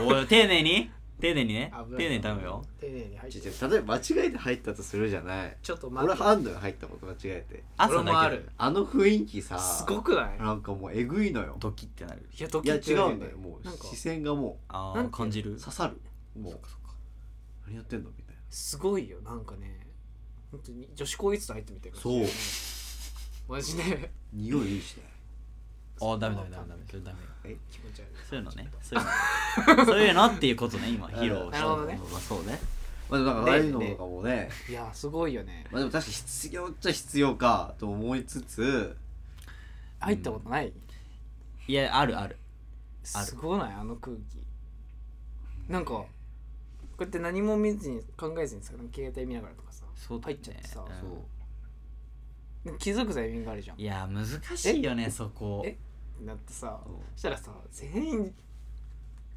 [SPEAKER 3] おー丁寧に 丁寧にね
[SPEAKER 2] 危ない
[SPEAKER 3] 丁寧に頼むよ
[SPEAKER 2] 丁寧に入っ
[SPEAKER 1] ち
[SPEAKER 2] て
[SPEAKER 1] ょちょ例えば間違えて入ったとするじゃない
[SPEAKER 2] ちょっと待
[SPEAKER 1] 俺
[SPEAKER 2] って
[SPEAKER 1] ハンドが入ったこと間違えて
[SPEAKER 3] 朝だ
[SPEAKER 2] 俺もあ
[SPEAKER 3] け
[SPEAKER 2] る
[SPEAKER 3] で
[SPEAKER 1] あの雰囲気さ
[SPEAKER 2] すごくない
[SPEAKER 1] なんかもうえぐいのよ
[SPEAKER 3] ドキってなる
[SPEAKER 2] いやド
[SPEAKER 1] い
[SPEAKER 2] キ
[SPEAKER 1] や
[SPEAKER 2] ッ
[SPEAKER 1] 違
[SPEAKER 2] てなる
[SPEAKER 1] うんだよもう
[SPEAKER 2] なんか
[SPEAKER 1] 視線がも
[SPEAKER 3] あ
[SPEAKER 2] なん
[SPEAKER 3] あ
[SPEAKER 2] て
[SPEAKER 3] 感じる
[SPEAKER 1] う刺さるも
[SPEAKER 3] そうっかそっか
[SPEAKER 1] 何やってんのみたいな
[SPEAKER 2] すごいよなんかね本当に女子高一と入ってみてる
[SPEAKER 1] そう
[SPEAKER 2] マジで
[SPEAKER 1] 匂いいいしね
[SPEAKER 3] ああダメダメダメダメそれダメよ
[SPEAKER 2] 気持ち悪い
[SPEAKER 3] そういうのねそういうのそういうのっていうことね今披露した
[SPEAKER 2] なるほどね
[SPEAKER 3] まあそうね
[SPEAKER 1] まあでもなんか
[SPEAKER 2] ね
[SPEAKER 1] ああいうのとかもね
[SPEAKER 2] いやすごいよね
[SPEAKER 1] まあでも確かに必要っちゃ必要かと思いつつ
[SPEAKER 2] 入ったことない、
[SPEAKER 3] いやあるあるある
[SPEAKER 2] すごないあの空気なんかこうやって何も見ずに考えずにさ携帯見ながらとかさ
[SPEAKER 3] そうだ
[SPEAKER 2] 入
[SPEAKER 3] ね
[SPEAKER 2] っちゃって
[SPEAKER 3] う
[SPEAKER 2] さ
[SPEAKER 3] ん、
[SPEAKER 1] そう
[SPEAKER 2] でも気づくタイミングあるじゃん
[SPEAKER 3] いや難しいよねそこ
[SPEAKER 2] えだってさ
[SPEAKER 1] そう
[SPEAKER 2] そしたらさ全員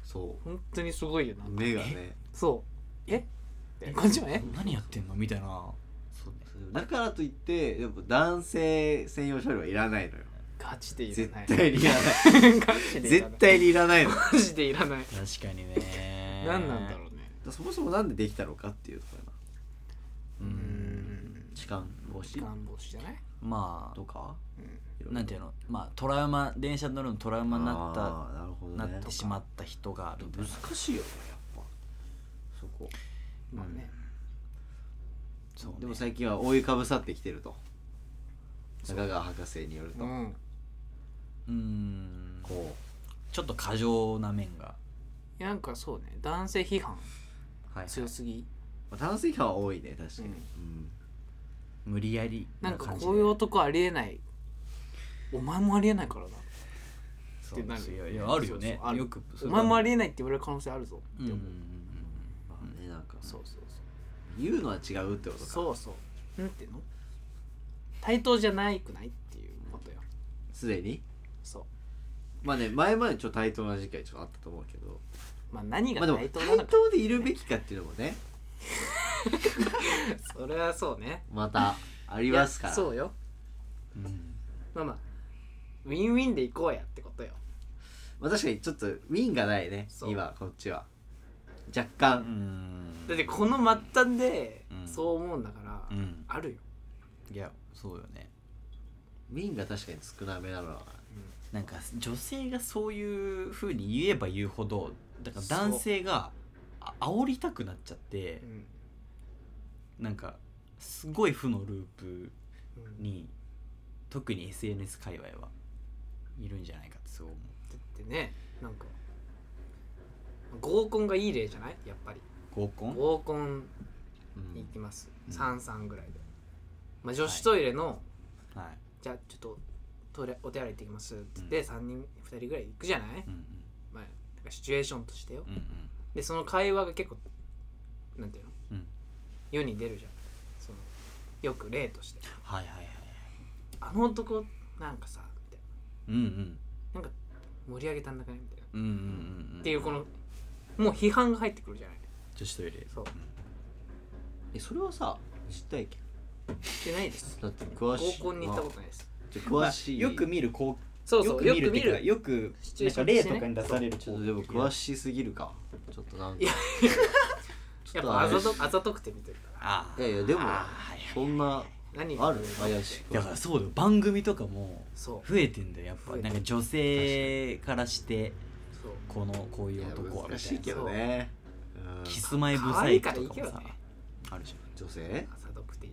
[SPEAKER 1] そ
[SPEAKER 2] 本当にすごいよな
[SPEAKER 1] う目がね
[SPEAKER 2] そうえって感じはね
[SPEAKER 3] 何やってんのみたいなそうね
[SPEAKER 1] だからといってやっぱ男性専用車両はいらないのよ
[SPEAKER 2] ガチでい
[SPEAKER 1] 絶
[SPEAKER 2] らない
[SPEAKER 1] 対にいらない
[SPEAKER 2] ガチでいら
[SPEAKER 1] 絶
[SPEAKER 2] ない
[SPEAKER 1] 対にいらないのだか
[SPEAKER 2] マジでいらない
[SPEAKER 3] 確かにね
[SPEAKER 2] 何なんだろうね
[SPEAKER 1] らそもそもなんでできたのかっていうところやな
[SPEAKER 2] う
[SPEAKER 3] う
[SPEAKER 2] ー
[SPEAKER 3] ん
[SPEAKER 2] ん
[SPEAKER 1] 痴漢防止
[SPEAKER 2] 願望しじゃない
[SPEAKER 3] まあ
[SPEAKER 1] とか
[SPEAKER 2] うん
[SPEAKER 3] なんていうのまあトラウマ電車乗るのトラウマになった
[SPEAKER 1] あーなるほど
[SPEAKER 3] な
[SPEAKER 1] ね
[SPEAKER 3] ってしまった人がみたいな
[SPEAKER 1] 難しいよねやっぱそこ
[SPEAKER 2] まあね
[SPEAKER 3] そうね
[SPEAKER 1] でも最近は覆いかぶさってきてると中川博士によると、
[SPEAKER 2] うん
[SPEAKER 3] うーん
[SPEAKER 1] こ
[SPEAKER 3] ちょっと過剰な面が
[SPEAKER 2] いやなんかそうね男性批判強すぎ
[SPEAKER 1] う、まあ、男性批判は多いね確かに、
[SPEAKER 2] うん
[SPEAKER 1] うん
[SPEAKER 3] 無理やり
[SPEAKER 2] なんか
[SPEAKER 3] 感じで
[SPEAKER 2] こういう男ありえないお前もありえないからな
[SPEAKER 3] そう
[SPEAKER 2] ってなる
[SPEAKER 3] いやいやあるよね
[SPEAKER 2] そうそうある
[SPEAKER 3] よく
[SPEAKER 2] お前もあり
[SPEAKER 3] っ
[SPEAKER 2] えないって言われる可能性あるぞって
[SPEAKER 3] うん
[SPEAKER 2] 思
[SPEAKER 3] う
[SPEAKER 2] うん
[SPEAKER 1] まあねなんか
[SPEAKER 2] そうそう
[SPEAKER 1] 言うのは違うってこと
[SPEAKER 2] そう
[SPEAKER 1] か
[SPEAKER 2] そうそうなんていうの対等じゃないくないっていうことよ
[SPEAKER 1] すでに
[SPEAKER 2] そう
[SPEAKER 1] まあね前までちょっと対等な時期はちょっとあったと思うけど
[SPEAKER 2] まあ何
[SPEAKER 1] ま
[SPEAKER 2] が
[SPEAKER 1] あでも
[SPEAKER 2] 対等なの
[SPEAKER 1] 対
[SPEAKER 2] か
[SPEAKER 1] 等でいるべきかっていうのもね
[SPEAKER 2] それはそうね
[SPEAKER 1] ま たありますから
[SPEAKER 2] いやそうよ
[SPEAKER 3] うんうん
[SPEAKER 2] まあまあウィンウィンでいこうやってことよ
[SPEAKER 1] まあ、確かにちょっとウィンがないね
[SPEAKER 2] そう
[SPEAKER 1] 今こっちは若
[SPEAKER 3] う
[SPEAKER 1] 干、
[SPEAKER 3] ん
[SPEAKER 2] だってこの末端で
[SPEAKER 3] うん
[SPEAKER 2] そう思うんだから、
[SPEAKER 3] うん
[SPEAKER 2] あるよ、
[SPEAKER 3] いやそうよね
[SPEAKER 1] ウィンが確かに少なめなのは
[SPEAKER 3] なんか女性がそういうふうに言えば言うほどだから男性があ煽りたくなっちゃって
[SPEAKER 2] うん
[SPEAKER 3] なんかすごい負のループ
[SPEAKER 2] うんだ
[SPEAKER 3] に特に SNS 界隈はいるんじゃないかってそう思
[SPEAKER 2] ってねなんか合コンがいい例じゃないやっぱり
[SPEAKER 3] う合コン
[SPEAKER 2] 合コン
[SPEAKER 1] う
[SPEAKER 2] に行
[SPEAKER 1] ん
[SPEAKER 2] きます、
[SPEAKER 3] うん
[SPEAKER 2] 三三33ぐらいで、まあ、女子トイレの、
[SPEAKER 3] はい、
[SPEAKER 2] じゃあちょっとトイレお手洗い行ってきますって言って、3人2人ぐらい行くじゃない、
[SPEAKER 3] うん
[SPEAKER 2] まあ、なんかシチュエーションとしてよ、
[SPEAKER 3] うんうん
[SPEAKER 2] でその会話が結構なんていうの、
[SPEAKER 3] うん
[SPEAKER 2] 世に出るじゃんそのよく例として
[SPEAKER 3] はいはいはい
[SPEAKER 2] あの男なんかさみたい
[SPEAKER 3] うんうん
[SPEAKER 2] ななんか盛り上げたんだかねみたいな、
[SPEAKER 3] うんうんうんうん
[SPEAKER 2] っていうこのもう批判が入ってくるじゃない
[SPEAKER 3] 女子トイレ
[SPEAKER 2] そうん
[SPEAKER 1] えそれはさ知ったいけ
[SPEAKER 2] してないです
[SPEAKER 1] だって詳しい
[SPEAKER 2] 合コンに行ったことないです
[SPEAKER 1] と詳しい、
[SPEAKER 3] まあよく見るこ
[SPEAKER 2] そううそう
[SPEAKER 3] よ
[SPEAKER 2] よ
[SPEAKER 3] く見
[SPEAKER 2] く見
[SPEAKER 3] るっていうか
[SPEAKER 2] る
[SPEAKER 3] よく
[SPEAKER 2] シチュエ
[SPEAKER 3] な
[SPEAKER 2] ー
[SPEAKER 3] ん
[SPEAKER 2] ショ
[SPEAKER 3] か
[SPEAKER 2] ンとし
[SPEAKER 3] 例
[SPEAKER 2] てね
[SPEAKER 3] とかに出される
[SPEAKER 1] ちょっとでも詳
[SPEAKER 3] い
[SPEAKER 1] しすぎるかちょっとなんか
[SPEAKER 2] いや
[SPEAKER 1] ちょっ
[SPEAKER 2] やっ
[SPEAKER 1] と
[SPEAKER 2] ぱ
[SPEAKER 1] あ
[SPEAKER 2] あ
[SPEAKER 1] れ
[SPEAKER 2] ざとあざとくて見てるから
[SPEAKER 3] ああ
[SPEAKER 1] いやいやでも
[SPEAKER 3] あーはい
[SPEAKER 1] そんな
[SPEAKER 2] 何が
[SPEAKER 1] ある怪しく
[SPEAKER 3] だからそうよ番組とかも
[SPEAKER 2] そう
[SPEAKER 3] 増えてんだよやっぱ
[SPEAKER 2] 増えてる
[SPEAKER 3] なんか女性からして
[SPEAKER 2] そう
[SPEAKER 3] このこう
[SPEAKER 1] い
[SPEAKER 3] い
[SPEAKER 1] や
[SPEAKER 3] う男は
[SPEAKER 1] 難
[SPEAKER 3] みた
[SPEAKER 1] しい
[SPEAKER 3] い
[SPEAKER 1] け
[SPEAKER 3] な
[SPEAKER 1] どねうん
[SPEAKER 3] キスマイブサイク
[SPEAKER 2] 可愛いか
[SPEAKER 3] と
[SPEAKER 2] らいいけ
[SPEAKER 3] かも
[SPEAKER 2] ど
[SPEAKER 3] さ
[SPEAKER 2] ね
[SPEAKER 3] あるじ
[SPEAKER 1] 女性
[SPEAKER 2] あざとくて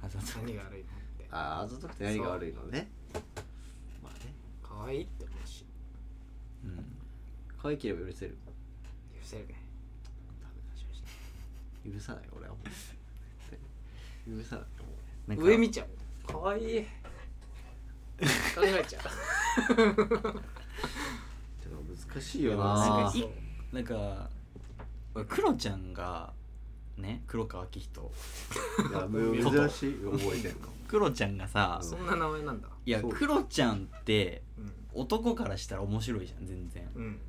[SPEAKER 3] ゃんあざとい
[SPEAKER 2] 何が悪いのって
[SPEAKER 1] あーあざとくて何が悪いのねまあね
[SPEAKER 2] 可愛いって思うし
[SPEAKER 3] うん
[SPEAKER 1] 可愛ければ許せる
[SPEAKER 2] 許せるね
[SPEAKER 1] ダメだし許さない俺はもう許さないもう
[SPEAKER 3] なんか
[SPEAKER 2] 上見ちゃう可愛い考えちゃう
[SPEAKER 1] ちょっと難しいよ
[SPEAKER 3] なん
[SPEAKER 1] な
[SPEAKER 3] かいなんか俺クロちゃんがね黒川明人
[SPEAKER 1] いやもう珍しい覚えてるかも
[SPEAKER 3] クロちゃんがさ
[SPEAKER 2] そんな名前なんだ
[SPEAKER 3] いや
[SPEAKER 1] そう
[SPEAKER 3] クロちゃんって
[SPEAKER 2] うん
[SPEAKER 3] 男からしたら面白いじゃん全然
[SPEAKER 2] うんうん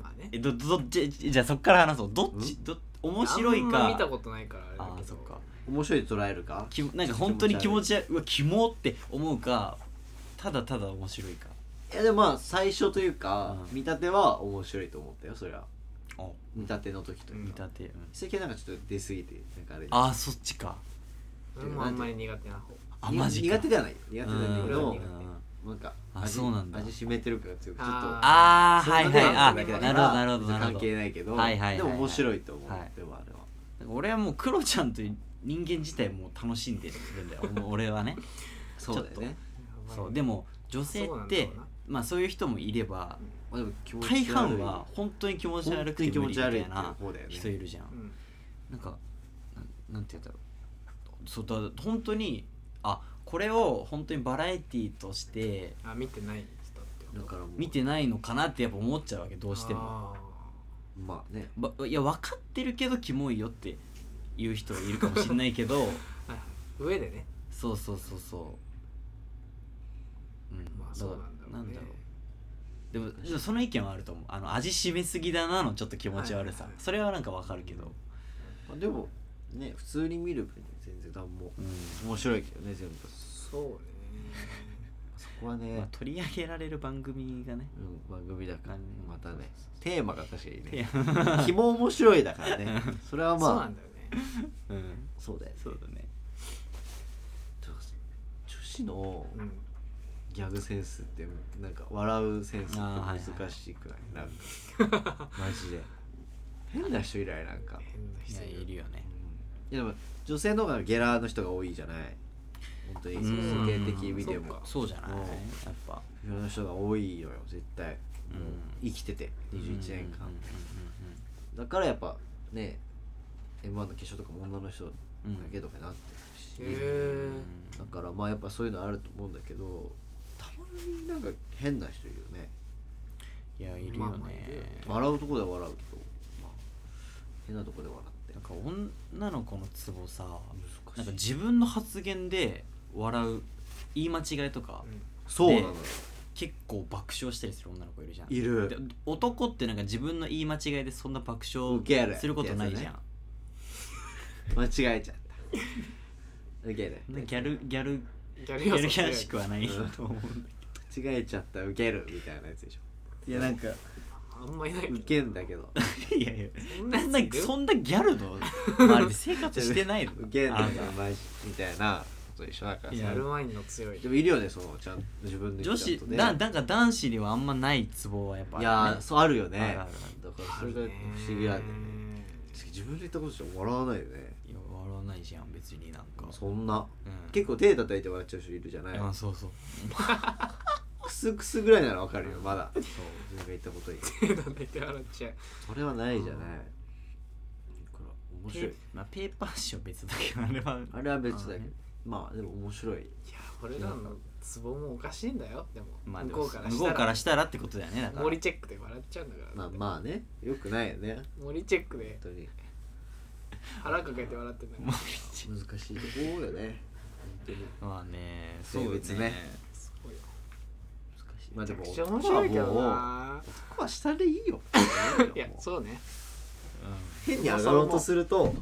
[SPEAKER 2] まあまあね
[SPEAKER 3] えどどどじゃじゃあそっから話そうどっち
[SPEAKER 1] ん
[SPEAKER 3] ど面白い
[SPEAKER 2] あんま見た
[SPEAKER 3] か
[SPEAKER 2] ことないからあれだ
[SPEAKER 3] あ
[SPEAKER 2] け
[SPEAKER 3] あ
[SPEAKER 2] ど
[SPEAKER 3] そっか
[SPEAKER 1] 面白いと捉えるか
[SPEAKER 3] きなんか本当に気持ち悪いうわキモって思うかただただ面白いか
[SPEAKER 1] いやでもまあ最初というか
[SPEAKER 3] うん
[SPEAKER 1] 見立ては面白いと思ったよそりゃ
[SPEAKER 3] あ
[SPEAKER 1] 見立ての時と
[SPEAKER 3] 見
[SPEAKER 1] いうか
[SPEAKER 3] 立て、うん
[SPEAKER 1] 一石はなんかちょっと出過ぎてなんかあれ
[SPEAKER 3] あそっちか
[SPEAKER 2] 俺もあんまり苦手な方
[SPEAKER 3] あ
[SPEAKER 1] に
[SPEAKER 3] マジか
[SPEAKER 1] 苦手ではない苦手だけ
[SPEAKER 2] うん
[SPEAKER 1] ど
[SPEAKER 2] 俺は
[SPEAKER 1] なんか
[SPEAKER 3] あ
[SPEAKER 1] 味
[SPEAKER 3] そうなんだ
[SPEAKER 1] 味湿ってるから強くちょっと
[SPEAKER 2] あ
[SPEAKER 3] あー
[SPEAKER 1] そ
[SPEAKER 3] は
[SPEAKER 1] れ
[SPEAKER 3] い
[SPEAKER 1] だ
[SPEAKER 3] は
[SPEAKER 1] け
[SPEAKER 3] い
[SPEAKER 1] だ
[SPEAKER 3] あ
[SPEAKER 1] っただけだか
[SPEAKER 3] なるほ
[SPEAKER 1] ら
[SPEAKER 3] どなるほどなる
[SPEAKER 1] 関
[SPEAKER 3] ほど
[SPEAKER 1] 係ないけど
[SPEAKER 3] はいはいはいはい
[SPEAKER 1] でも面白いと思う
[SPEAKER 3] はい
[SPEAKER 1] でもあれは
[SPEAKER 3] 俺はもうクロちゃんという人間自体もう楽しんでるんだよ もう俺はね
[SPEAKER 1] そうだよね
[SPEAKER 3] そうでも女性
[SPEAKER 2] そうな
[SPEAKER 3] っ
[SPEAKER 2] んだ
[SPEAKER 3] て
[SPEAKER 2] ろうな
[SPEAKER 3] まあそういう人もいれば
[SPEAKER 1] まあでも気持ち悪
[SPEAKER 3] 大
[SPEAKER 1] い
[SPEAKER 3] 半は本当に気持ち悪
[SPEAKER 1] 本
[SPEAKER 3] く
[SPEAKER 1] 当
[SPEAKER 3] て
[SPEAKER 1] に気
[SPEAKER 3] 無
[SPEAKER 1] 持
[SPEAKER 3] 理み
[SPEAKER 1] ち
[SPEAKER 3] た
[SPEAKER 1] 悪いってい
[SPEAKER 3] いうな
[SPEAKER 1] 方だよね
[SPEAKER 3] 人いるじゃん
[SPEAKER 2] うん
[SPEAKER 3] なんかなんなんて言うんだろうそうだ本当にあこれを本当にバラエティーとして
[SPEAKER 2] あ見てない人ってこと
[SPEAKER 1] だからもう
[SPEAKER 3] 見てないのかなってやっぱ思っちゃうわけどうしても
[SPEAKER 2] あ
[SPEAKER 1] まあね
[SPEAKER 3] ばいや分かってるけどキモいよって言う人いるかもしれないけど
[SPEAKER 2] ーはいはい上でね
[SPEAKER 3] そうそうそうそううん
[SPEAKER 2] まあそうなんだろうね
[SPEAKER 3] なんだろうでもでもその意見はあると思うあの味しめすぎだなのちょっと気持ち悪さ、
[SPEAKER 2] はいはいはい
[SPEAKER 3] それはなんかわかるけど、
[SPEAKER 1] まあでもね普通に見る分には全然何も
[SPEAKER 3] うん
[SPEAKER 1] 面白いけどね全部そ
[SPEAKER 2] そうね
[SPEAKER 1] こはね
[SPEAKER 3] まあ、取り上げられる番組がね
[SPEAKER 1] うん番組だからね
[SPEAKER 3] うん
[SPEAKER 1] またねテーマが確かに
[SPEAKER 3] テ
[SPEAKER 1] ね
[SPEAKER 3] ー
[SPEAKER 1] 「肝面白い」だからねそれは
[SPEAKER 2] そうな
[SPEAKER 1] まあ
[SPEAKER 2] んだよね
[SPEAKER 3] マうん
[SPEAKER 1] そうだよね
[SPEAKER 3] そうだね
[SPEAKER 1] 女子の
[SPEAKER 2] うん
[SPEAKER 1] ギャグセンスってなんか笑うセンスって難しくないなんかマジで変な人以来なんか
[SPEAKER 2] 変ない人
[SPEAKER 3] やいるよね
[SPEAKER 1] いやでも女性の方がゲラの人が多いじゃない本当に
[SPEAKER 3] うん
[SPEAKER 1] 世間的に見て
[SPEAKER 2] そ
[SPEAKER 1] も
[SPEAKER 2] っか
[SPEAKER 3] そうじゃない
[SPEAKER 1] うん
[SPEAKER 3] やっぱ
[SPEAKER 1] ゲラの人が多いよ絶対、
[SPEAKER 3] うん
[SPEAKER 1] もう生きてて21年間、
[SPEAKER 3] うんうん
[SPEAKER 1] だからやっぱね m 1の決勝とかも女の人だ
[SPEAKER 3] うんうん
[SPEAKER 1] けとかになって
[SPEAKER 2] へ
[SPEAKER 1] るし、
[SPEAKER 2] え
[SPEAKER 1] だからまあやっぱそういうのあると思うんだけどたまになんか変な人いるよね
[SPEAKER 3] いやいる
[SPEAKER 2] まあ
[SPEAKER 3] よ
[SPEAKER 2] まあいるよ
[SPEAKER 3] ね
[SPEAKER 1] 笑うとこで笑うけど、まあ、変なとこで笑って
[SPEAKER 3] なんか女の子のツボさな
[SPEAKER 1] 難
[SPEAKER 3] んか
[SPEAKER 1] しい
[SPEAKER 3] 自分の発言で笑う言い間違いとか
[SPEAKER 1] そうなのよ
[SPEAKER 3] 結構爆笑したりする女の子いるじゃん
[SPEAKER 1] い
[SPEAKER 3] で
[SPEAKER 1] る
[SPEAKER 3] 男ってなんか自分の言い間違いでそんな爆笑
[SPEAKER 1] ウケる
[SPEAKER 3] することないじゃん、
[SPEAKER 1] 間違えちゃったウケる
[SPEAKER 3] ねギャルギャル
[SPEAKER 2] ギャル
[SPEAKER 3] ギャル
[SPEAKER 2] 要
[SPEAKER 3] ギ
[SPEAKER 2] 素
[SPEAKER 3] ャルしくはない
[SPEAKER 1] うん
[SPEAKER 3] と思うんだ
[SPEAKER 1] 間違えちゃったウケるみたいなやつでしょ
[SPEAKER 3] いやなんか
[SPEAKER 2] あんまいない
[SPEAKER 1] ウケんだけど
[SPEAKER 3] けどいやいや
[SPEAKER 2] そんな
[SPEAKER 3] そ
[SPEAKER 2] や
[SPEAKER 3] ん
[SPEAKER 2] つ
[SPEAKER 3] ない
[SPEAKER 2] る
[SPEAKER 3] そんなギャルの周りで生活 してないの
[SPEAKER 1] ウケんだ
[SPEAKER 3] あ
[SPEAKER 1] け
[SPEAKER 3] な
[SPEAKER 1] どマジみたいなことでしょだから
[SPEAKER 3] い
[SPEAKER 2] ギ
[SPEAKER 1] さ
[SPEAKER 3] や
[SPEAKER 2] ャルマインド強い
[SPEAKER 1] でもいるよねそのちゃんと自分
[SPEAKER 3] た
[SPEAKER 1] で
[SPEAKER 3] 女子
[SPEAKER 1] ちゃんとね
[SPEAKER 3] だなんか男子にはあんまないツボはやっ
[SPEAKER 1] い
[SPEAKER 3] ぱある
[SPEAKER 1] やー
[SPEAKER 3] ね
[SPEAKER 1] そうあるよね
[SPEAKER 3] あるある
[SPEAKER 1] だからそれが不思議なんだ よね自分で言ったことじゃ笑わないよね
[SPEAKER 3] いや笑わないじゃん別になんか、
[SPEAKER 1] そんな
[SPEAKER 3] うん、
[SPEAKER 1] 結構手叩いて笑っちゃう人いるじゃない
[SPEAKER 3] あそうそう
[SPEAKER 1] クスクスぐらいならわかるよまだそう自分が言ったことに
[SPEAKER 2] 手叩いて笑っちゃう
[SPEAKER 1] それはないじゃないだから面白い
[SPEAKER 3] ペまあ、ペーパー誌は別だけどあれは
[SPEAKER 1] あれは別だけ
[SPEAKER 3] あ
[SPEAKER 1] ど
[SPEAKER 3] ね
[SPEAKER 1] まあでも面白い
[SPEAKER 2] いや俺らのツボもおかしいんだよでも
[SPEAKER 3] まあ、
[SPEAKER 2] 向こうから
[SPEAKER 3] 向
[SPEAKER 2] し
[SPEAKER 3] こ
[SPEAKER 2] た
[SPEAKER 3] うから
[SPEAKER 2] ら
[SPEAKER 3] したらってことだよねだから
[SPEAKER 2] 森チェックで笑っちゃうんだから
[SPEAKER 1] まあまあねよくないよね
[SPEAKER 2] 森チェックで
[SPEAKER 1] 本当に
[SPEAKER 2] 腹抱えて笑ってんだから
[SPEAKER 3] 森
[SPEAKER 1] 難しいところよね本当に
[SPEAKER 3] まあねそう
[SPEAKER 1] 性別ね
[SPEAKER 2] すごいよ
[SPEAKER 3] 難しい
[SPEAKER 1] まあで
[SPEAKER 2] め
[SPEAKER 1] も
[SPEAKER 2] っちゃ
[SPEAKER 1] 男
[SPEAKER 2] 面白いけど
[SPEAKER 1] はもう
[SPEAKER 2] な
[SPEAKER 1] 男は下でいいよ
[SPEAKER 2] いやそうね
[SPEAKER 3] う
[SPEAKER 1] 変に上がろうとすると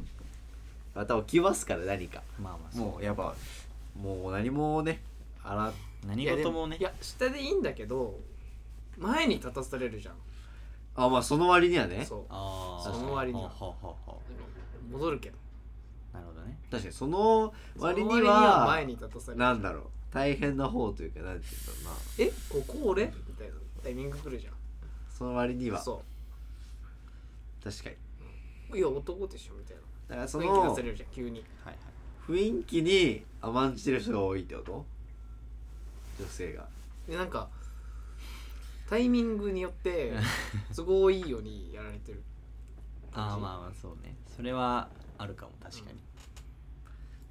[SPEAKER 1] また起きますから何か
[SPEAKER 3] ん、まあまあ
[SPEAKER 1] もうやっぱもう何もねあら
[SPEAKER 3] う何事もね
[SPEAKER 2] いや下でいいんだけど前に立たされるじゃん
[SPEAKER 1] あまあその割にはね
[SPEAKER 2] そう
[SPEAKER 3] ああ
[SPEAKER 2] その割には
[SPEAKER 3] はははは
[SPEAKER 2] 戻るけど
[SPEAKER 3] なるほどね
[SPEAKER 1] 確かにその割に
[SPEAKER 2] その
[SPEAKER 1] は
[SPEAKER 2] 前に立たされる
[SPEAKER 1] なんだろう大変な方というかなんていうんだろうな
[SPEAKER 2] えここ俺みたいなタイミング来るじゃ
[SPEAKER 1] その割には
[SPEAKER 2] んそ
[SPEAKER 1] 確かに
[SPEAKER 2] ういや男でしょみたいな
[SPEAKER 1] だからそ
[SPEAKER 2] 雰囲気出
[SPEAKER 1] の
[SPEAKER 2] されるじゃん急に
[SPEAKER 3] はいはい
[SPEAKER 1] 雰囲気に甘んじてる人が多いってこと女性が
[SPEAKER 2] でなんかタイミングによって都合いいようにやられてる
[SPEAKER 3] ああまあまあそうねそれはあるかも確かに、